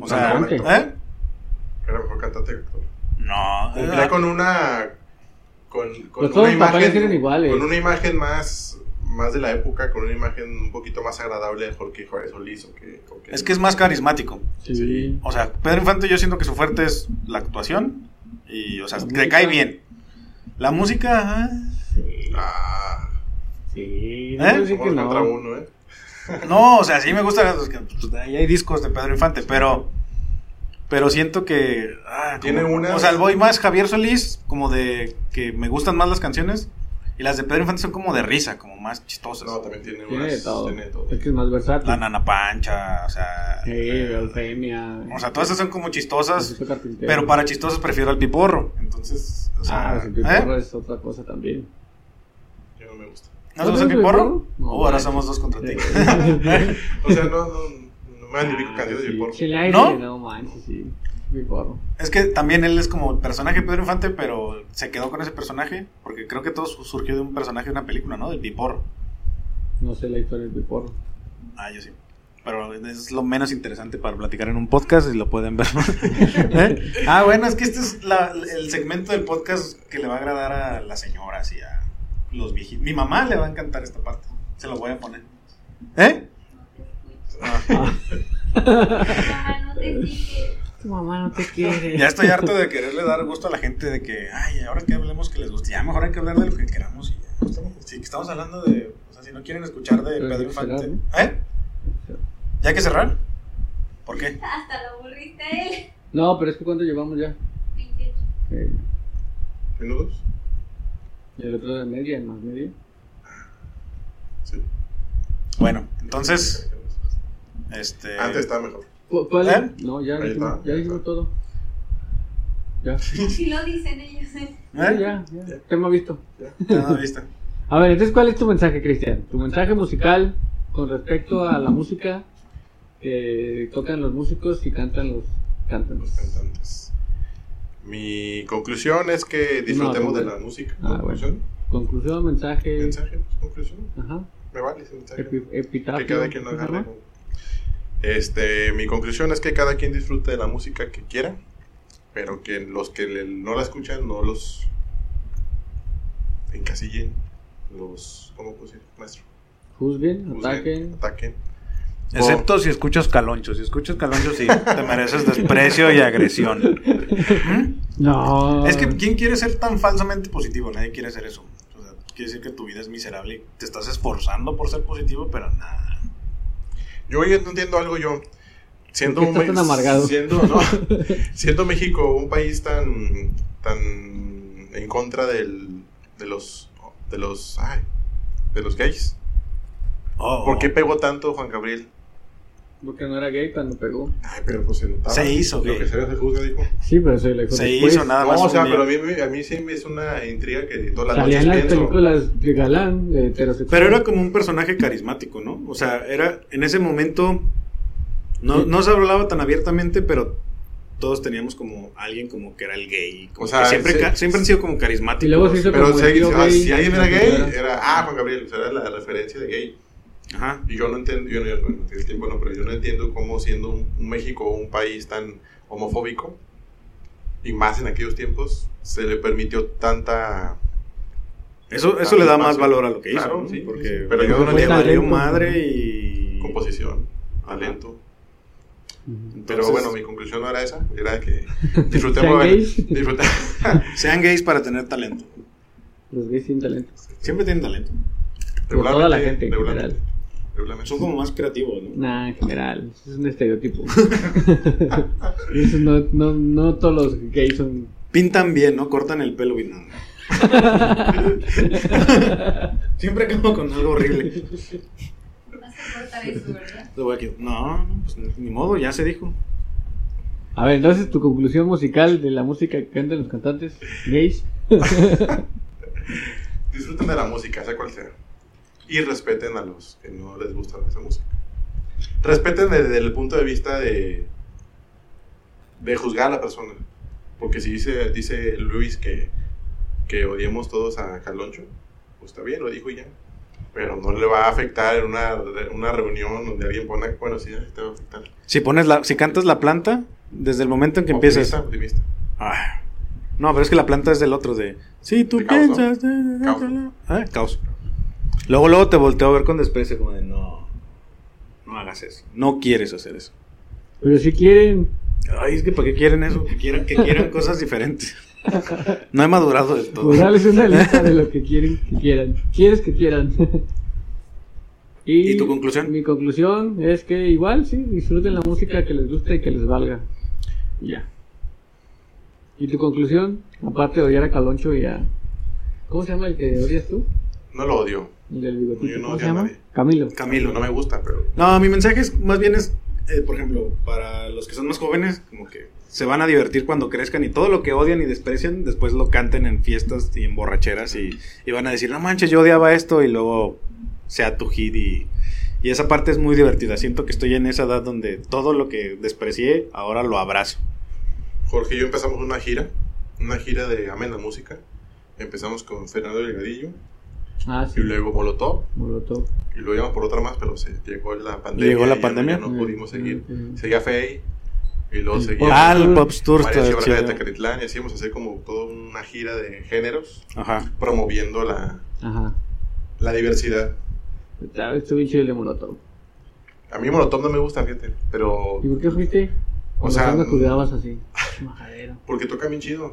O sea,
Pues- Bastante.
¿eh?
Era mejor cantante que actor.
Ah. No. Ah,
Cumplía con una. Con, con
Pues todos
una
los papeles
imagen.
eran iguales.
Con una imagen más. Más de la época, con una imagen un poquito más agradable de Jorge Juárez Solís. O que, o
Es que es más carismático.
Sí.
sí.
O sea, Pedro Infante yo siento que su fuerte es la actuación y, o sea,
La
te
música.
cae bien. La música, ajá.
Ah,
Sí, no
¿Eh?
puedo decir
vamos
que no.
contra uno, ¿eh?
no, o sea, sí me gusta, pues, que, pues, ahí hay discos de Pedro Infante, pero pero siento que ah, como-
Tiene unas-
o sea, voy más Javier Solís como de que me gustan más las canciones y las de Pedro Infante son como de risa, como más chistosas.
No, también tiene,
Tiene
unas-
de todo.
Tiene de todo.
Es que es más versátil.
La Nana Pancha, o sea,
Sí, Eufemia.
o sea, todas esas son como chistosas,
Luisito Carpintero.
pero para chistosas prefiero al Piporro. Entonces, o sea, ¿eh?
Ah, el piporro es otra cosa también.
Yo no me gusta.
¿No te gusta el
¿No te gusta el
Piporro?
Piporro? No,
Uh, ahora
manches.
somos dos contra ti.
O sea, no, no, no me identifico
Ah,
candido
sí.
de por.
Chelaire,
¿No?
¿No? manches, sí. Piporro.
Es que también él es como el personaje de Pedro Infante, pero se quedó con ese personaje, porque creo que todo su- surgió de un personaje de una película, ¿no? Del Piporro.
No sé la historia del piporro.
Ah, yo sí. Pero es lo menos interesante para platicar en un podcast y lo pueden ver. ¿Eh? Ah, bueno, es que este es la- el segmento del podcast que le va a agradar a las señoras y a los viejitos. Mi mamá le va a encantar esta parte. Se lo voy a poner. ¿Eh? Ah.
Mamá, no te sigue.
Tu mamá no te quiere.
Ya estoy harto de quererle dar gusto a la gente de que, ay, ahora que hablemos que les guste, ya mejor hay que hablar de lo que queramos. Y ya. Estamos- Sí, que estamos hablando de, o sea, si no quieren escuchar de
Pero
Pedro
hay que
Infante.
cerrar,
¿Eh? ¿Ya hay que cerrar? ¿Por qué?
Hasta lo aburriste a él.
No, pero es que cuánto llevamos ya.
28.
Eh,
¿Minutos?
el otro de media, el más media.
Sí.
Bueno, entonces, este...
Antes estaba mejor.
¿Cu- ¿Cuál?
¿Eh?
No, ya
Ahí
dijimos,
está.
ya dijimos todo. Ya,
Si lo dicen ellos. ¿eh?
¿Eh?
ya, ya. Tema visto.
Ah, viste.
A ver, entonces, ¿cuál es tu mensaje, Cristian? Tu mensaje musical con respecto a la música que tocan los músicos y cantan los
Los
cantantes.
cantantes. Mi conclusión es que disfrutemos
No,
de
no,
la música.
Ah,
¿Conclusión?
Conclusión, mensaje.
¿Mensaje? pues, ¿Conclusión?
Ajá.
Me vale ese mensaje.
epi- Epitafio.
Que cada quien lo
¿cómo se
agarre.
llama?
Este, mi conclusión es que cada quien disfrute de la música que quiera, pero que los que le- no la escuchan no los encasillen, los, ¿cómo puedo decir, maestro?
Juzguen,
Juzguen,
ataquen.
ataquen.
Excepto si escuchas caloncho. Si escuchas caloncho, sí, te mereces desprecio y agresión. ¿Mm?
No.
Es que, ¿quién quiere ser tan falsamente positivo? Nadie quiere hacer eso. O sea, quiere decir que tu vida es miserable y te estás esforzando por ser positivo, pero nada.
Yo hoy no entiendo algo yo. Siendo
¿Por qué estás
un
tan
país-
amargado?
Siendo, no, siendo México un país tan tan en contra del, de los de los ay, de los gays.
Oh,
¿Por qué pegó tanto Juan Gabriel?
Porque no era gay cuando pegó.
Ay, pero pues se notaba.
Se hizo
Lo
gay.
que se ve se juzga, dijo.
Sí, pero se le
Se hizo nada más.
No, o
un
sea,
día.
pero a mí, me- a mí sí me es una intriga que todas las
Salían
noches
las
pienso.
películas de galán, de heterosexual.
Pero era como un personaje carismático, ¿no? O sea, era en ese momento no, no se hablaba tan abiertamente, pero todos teníamos como alguien como que era el gay. como
O sea,
que siempre,
sí.
ca- siempre han sido como carismáticos.
Y luego se hizo
Pero
como el
se-
tío
ah,
gay.
si alguien era gay,
Era-
era ah, Juan Gabriel, o sea, era la referencia de gay.
Ajá.
Y yo no entiendo, yo no, yo no- el tiempo no, pero yo no entiendo cómo siendo un, un México un país tan homofóbico, y más en aquellos tiempos, se le permitió tanta
Eso, eso
Ah,
le da
sí,
más
sí.
valor a lo que hizo,
Claro,
¿no?
sí,
porque
sí, sí. Pero yo
Diego
no
le
tenía
valió
talento.
madre y...
composición,
Ajá.
talento.
Ujú.
Pero
Entonces-
bueno, mi conclusión no era esa, era que
¿Sean
disfrutemos,
gays?
disfruta-
Sean gays para tener talento.
Los gays sin talento.
Siempre tienen talento.
Como toda la gente en
regularmente,
general.
regularmente.
Son como más creativos, ¿no?
Nah, en general. Es un estereotipo. Eso no, no, no todos los gays son.
Pintan bien, ¿no? Cortan el pelo bien. ¿no? Siempre acabo con algo horrible.
Vas a cortar eso, ¿verdad?
Lo voy a quitar. No, no, pues ni modo, ya se dijo.
A ver, entonces tu conclusión musical de la música que cantan los cantantes gays.
Disfruten de la música, sea cual sea. Y respeten a los que no les gusta esa música. Respeten desde el punto de vista de, de juzgar a la persona. Porque si dice, dice Luis que, que odiemos todos a Caloncho, pues está bien, lo dijo y ya. Pero no le va a afectar en una, una reunión donde alguien pone, bueno, sí, te va a afectar.
Si pones la, si cantas la planta, desde el momento en que empiezas.
Optimista, optimista.
Ah. No, pero es que la planta es del otro, de. Si tú
De caos, ¿no?
piensas. da, da, da,
Caos.
da, da". Ah, caos. Luego, luego te volteo a ver con desprecio, como de no. No hagas eso. No quieres hacer eso.
Pero si quieren.
Ay, es que ¿para qué quieren eso? Que quieran, que quieran cosas diferentes. No he madurado del todo.
Pues dales una lista de lo que quieren que quieran. Quieres que quieran.
¿Y tu conclusión?
Mi conclusión es que igual, sí, disfruten la música que les gusta y que les valga. Y Ya. ¿Y tu conclusión? Aparte de odiar a Caloncho y a... ¿Cómo se llama el que odias tú?
No lo odio.
El del bigotito.
Yo no
¿Cómo
odio
se
a
llama?
nadie.
Camilo.
Camilo,
No me gusta, pero
No, mi mensaje es, más bien es, eh, por ejemplo, para los que son más jóvenes, como que se van a divertir cuando crezcan y todo lo que odian y desprecian, después lo canten en fiestas y en borracheras y, y van a decir, no manches, yo odiaba esto y luego sea tu hit y, y esa parte es muy divertida. Siento que estoy en esa edad donde todo lo que desprecié, ahora lo abrazo.
Jorge y yo empezamos una gira, una gira de Amén la Música. Empezamos con Fernando Delgadillo
Ah,
y
sí.
luego Molotov
Molotov.
y luego íbamos por otra más, pero se llegó la pandemia.
Llegó la
y ya
pandemia.
No, ya no pudimos seguir.
Mm, mm.
Seguía Fey y luego
El
seguía
Ah, el
Tour.
Pops Tour.
María
está
Echevarría de
chido.
Tecatitlán y así íbamos a hacer como toda una gira de géneros
Ajá.
promoviendo la,
Ajá.
la diversidad.
Está- Estuvo bien chido el de Molotov.
A mí Molotov no me gusta, fíjate, pero
¿Y por qué fuiste? Cuando
sea,
tanto
mm.
cuidabas así. Majadero.
porque toca bien chido.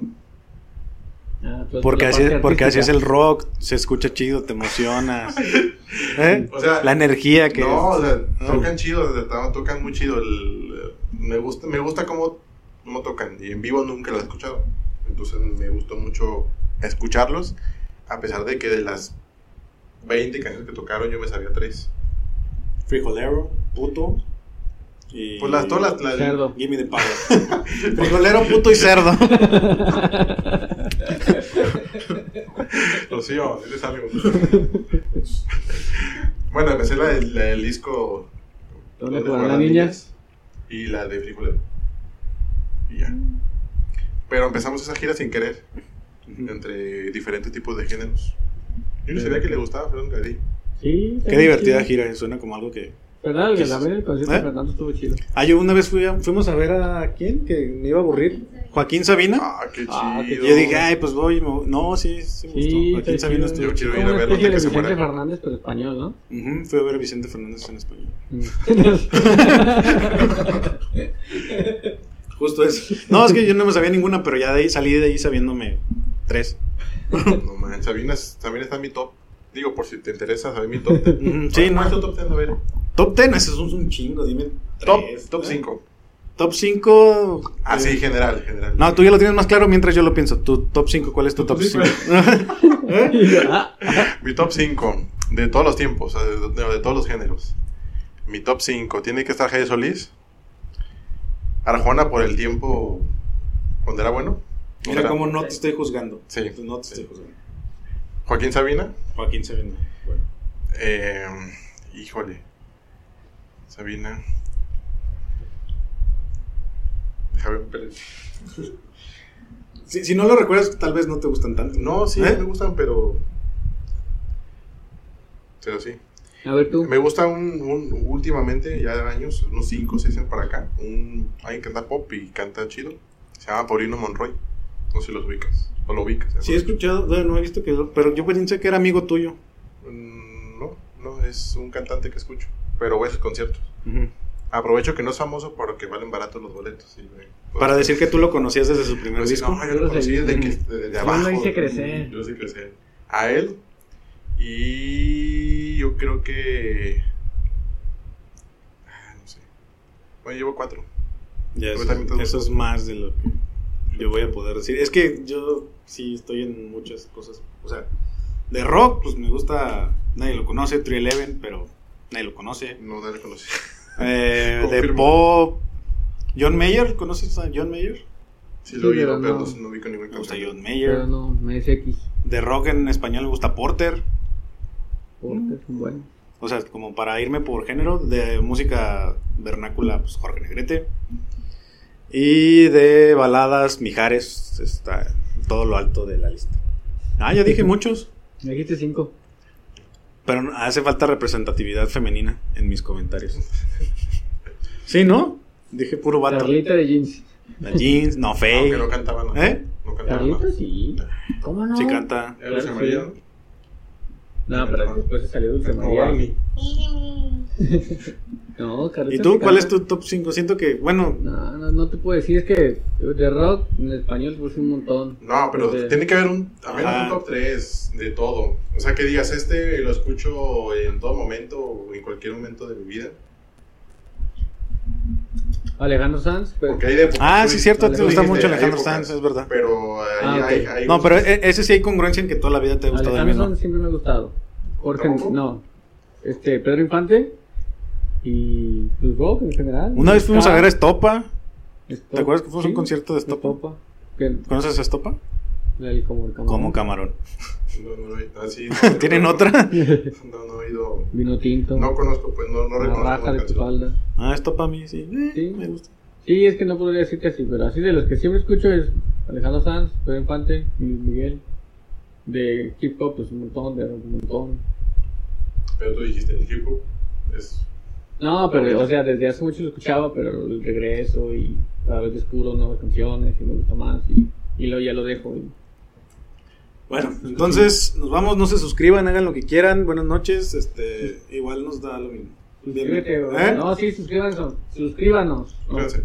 Ah, pues,
Porque
la
así,
parte
porque así es el
artística.
rock, se escucha chido, te emocionas. ¿Eh?
O sea,
La energía que...
No, o sea,
Ah.
tocan chido, de verdad, tocan muy chido. el- me gusta, me gusta cómo, cómo tocan. Y en vivo nunca lo he escuchado. Entonces me gustó mucho escucharlos. A pesar de que de las 20 canciones que tocaron, yo me sabía tres.
Frijolero, puto y...
Pues las, todas las, las-
Cerdo.
Gimme the power. Frijolero, puto y cerdo.
Pues sí, oh, sí te sale mucho. bueno, empecé la, del- la del disco
¿Dónde
Donde
jugarán
juegan
las niñas?
Y la de Frijolero. Y ya. Pero empezamos esa gira sin querer. entre diferentes tipos de géneros. Yo no
Sí.
sabía que le gustaba Fernando Gadí.
Sí. está
Qué
bien
divertida
chido.
gira, eh, suena como algo que...
¿Verdad? El
¿Qué
de
es?
la vera, el concierto
¿Eh?
de Fernando estuvo chido.
Ah, yo una vez fui a- fuimos a ver a... ¿Quién? Que me iba a aburrir. Joaquín Sabina.
Ah, qué chido.
Ah, qué
Y yo dije, ay, pues voy. me- No, sí, sí me gustó.
Sí,
Joaquín
está
Sabina
chido.
estuvo chido.
quiero
Como
ir a
una
verlo
especie de
antes que se
Vicente
muera.
Fernández, pero español, ¿no?
Ujú, Fui a ver a Vicente Fernández en español. Justo eso. No, es que yo no me sabía ninguna, pero ya de ahí salí de ahí sabiéndome tres.
No man, Sabina también está en mi top. Digo, por si te interesa saber mi top. ten.
Ujú, Sí,
¿Cuál es tu
no.
top ten? A ver.
Top ten, eso es un- un chingo, dime.
Top,
tres,
top
¿eh?
5.
Top eh, 5.
Ah, sí, general, general.
No, tú ya lo tienes más claro mientras yo lo pienso. Tu top 5, ¿cuál es tu top 5?
Ah,
Mi top 5 de todos los tiempos, o sea, de, de- de todos los géneros. Mi top 5 tiene que estar Jay Solís. Arjona por el tiempo cuando era bueno.
Mira
Era-
cómo no te estoy juzgando.
Sí.
No te estoy
Sí.
juzgando.
Joaquín Sabina.
Joaquín Sabina. Bueno.
Eh, híjole. Sabina. Déjame ver.
Si, si no lo recuerdas, tal vez no te gustan tanto.
No, sí,
¿Eh?
me gustan, pero. Pero sí.
A ver tú.
Me gusta un, un- últimamente, ya de años, unos 5 6 años para acá, un, alguien que canta pop y canta chido. Se llama Paulino Monroy. No sé si los ubicas. O lo ubicas. ¿eh?
Sí, he escuchado, bueno, no he visto que. Pero yo pues, pensé que era amigo tuyo.
Mm, No, no, es un cantante que escucho. Pero voy a sus conciertos.
Ujú.
Aprovecho que no es famoso porque valen baratos los boletos. y, güey, pues,
Para decir que tú lo conocías desde su primer
pues,
disco.
No, yo lo conocí desde, que, desde
Yo
abajo.
lo hice crecer.
Yo lo hice crecer. A él. Y yo creo que. ah, No sé. Bueno, llevo cuatro.
Ya,
Pero
eso,
también todos-
eso es más de lo que yo voy a poder decir. Es que yo sí estoy en muchas cosas. O sea, de rock, pues me gusta. Nadie lo conoce, Tree Eleven, pero nadie lo conoce.
No, no le conocí.
Eh, de
Confirmo.
pop, John Mayer, ¿conoces a John Mayer?
Sí, lo
Sí,
vi,
pero
pero
no.
no, no vi con ningún
Me gusta
concierto.
John
Pero
Mayer.
no, me dice X.
De rock en español me gusta Porter.
Porque son buenos.
O sea, como para irme por género, de música vernácula, pues Jorge Negrete. Y de baladas, Mijares, está todo lo alto de la lista. Ah, ya dije muchos,
Me dijiste cinco.
pero no- hace falta representatividad femenina en mis comentarios. Sí, ¿no? Dije puro vato.
Carlita de jeans.
La jeans, no fake.
Aunque no cantaba nada.
¿Eh?
No cantaba
Carlita
nada.
sí. ¿Cómo no?
Sí canta.
Era Dulce
Claro,
María.
sí. No, pero después se salió Dulce
Es como
María.
Barney.
No, Carlita.
¿Y tú
sí
cuál
canta.
es tu top 5? Siento que, bueno,
No, no, no te puedo decir, es que de rock en español puse un montón.
No, pero
Desde-
tiene que haber un, al menos
Ajá.
un top 3 de todo. O sea, que digas, este lo escucho en todo momento, o en cualquier momento de mi vida.
Alejandro Sanz, pero
Porque hay de
ah, sí, cierto,
Vale,
te gusta
dijiste,
mucho
hay
Alejandro
épocas,
Sanz, es verdad.
Pero eh, hay,
Ah, ok.
hay- hay-
No, pero e- ese sí hay congruencia en que toda la vida te ha gustado el
Alejandro
mismo.
Sanz siempre me ha gustado. Jorge,
¿Tampoco?
no. Este, Pedro Infante y pues rock en general.
Una vez fuimos a ver a Estopa.
Estopa.
¿Te acuerdas que fuimos a un
Sí,
concierto de Estopa?
Estopa. Que-
¿Conoces a Estopa?
el- como el camarón.
Como camarón.
No, no, no, ah, sí,
¿Tienen
no,
otra?
No, no he ido.
Vino tinto.
No conozco, pues no, no
la
reconozco.
raja
la
de tu
canción.
falda.
Ah, Estopa a mí, sí. Eh,
Sí.
Me gusta.
Sí, es que no podría decirte así, pero así de los que siempre escucho es Alejandro Sanz, Pedro Infante, Luis Miguel. De hip hop, pues un montón, de rock, un montón.
Pero tú dijiste, el hip hop es.
No, pero, o sea, desde hace mucho lo escuchaba, pero el regreso y cada vez descubro nuevas canciones y me gusta más y, y luego ya lo dejo. y-
Bueno, entonces nos vamos, no se suscriban, hagan lo que quieran. Buenas noches, este, igual nos da lo mismo.
Suscríbete,
Bien,
bro.
¿eh?
No, sí, suscríbanse. Suscríbanos. No,
Suscríbanse.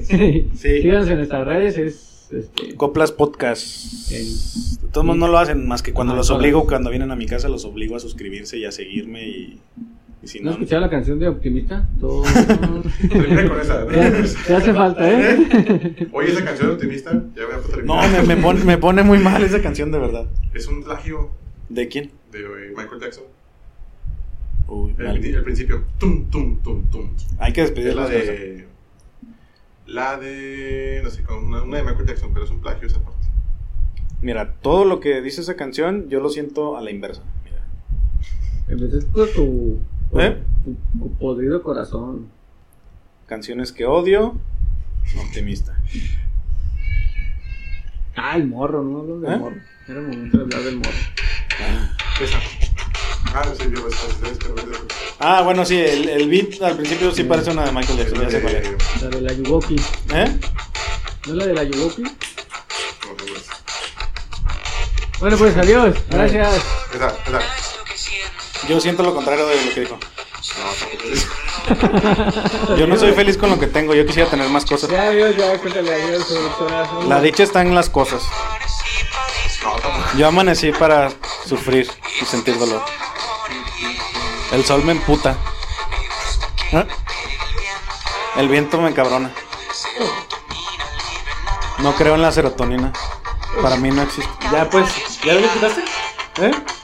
suscríbanse. Suscríbanse en nuestras redes. Es, este,
Coplas Podcast. De todos modos no lo hacen más que cuando
Ah,
los
claro.
obligo, cuando vienen a mi casa, los obligo a suscribirse y a seguirme y, y si
¿No
no...
has escuchado la canción de Optimista? Todo.
Termina con esa.
Ya-
¿no?
ya hace falta, ¿eh?
Oye, esa canción de optimista, ya voy a terminar.
No, me, me pone, me pone muy mal esa canción de verdad.
Es un plagio
¿De quién?
de eh, Michael Jackson.
Uy,
Ah.
El,
mal.
el principio. Tum, tum, tum, tum.
Hay que
Es
despedir
la
las cosas.
de. La de. No sé, con una, una de Michael Jackson, pero es un plagio esa parte.
Mira, todo lo que dice esa canción, yo lo siento a la inversa. Mira.
Empecé con tu, con
¿Eh?
tu, tu podrido corazón.
Canciones que odio, optimista.
Ah, el morro, no hablo del
¿Eh?
morro. Era el momento de hablar del morro.
Esa. Ah, no sé, yo esa. esa, esa, esa.
Ah, bueno, sí, el, el beat al principio sí parece una de Michael
Es
Jackson, ya
la
sé cuál
de-
es.
La de la Yugoki.
¿Eh?
¿No es la de la Yugoki?
no, no, no, es-
Bueno, pues adiós. Gracias.
Esa, esa.
Yo siento lo contrario de lo que dijo.
No, tampoco es.
Yo no soy feliz con lo que tengo, yo quisiera tener más cosas.
Ya, adiós, ya, cuéntale adiós, eh, doctora.
La dicha está en las cosas.
No, tampoco.
Yo amanecí para sufrir y sentir dolor. El sol me emputa. ¿Eh? El viento me encabrona. No creo en la serotonina. Para mí no existe.
Ya, pues. ¿Ya lo escuchaste?
¿Eh?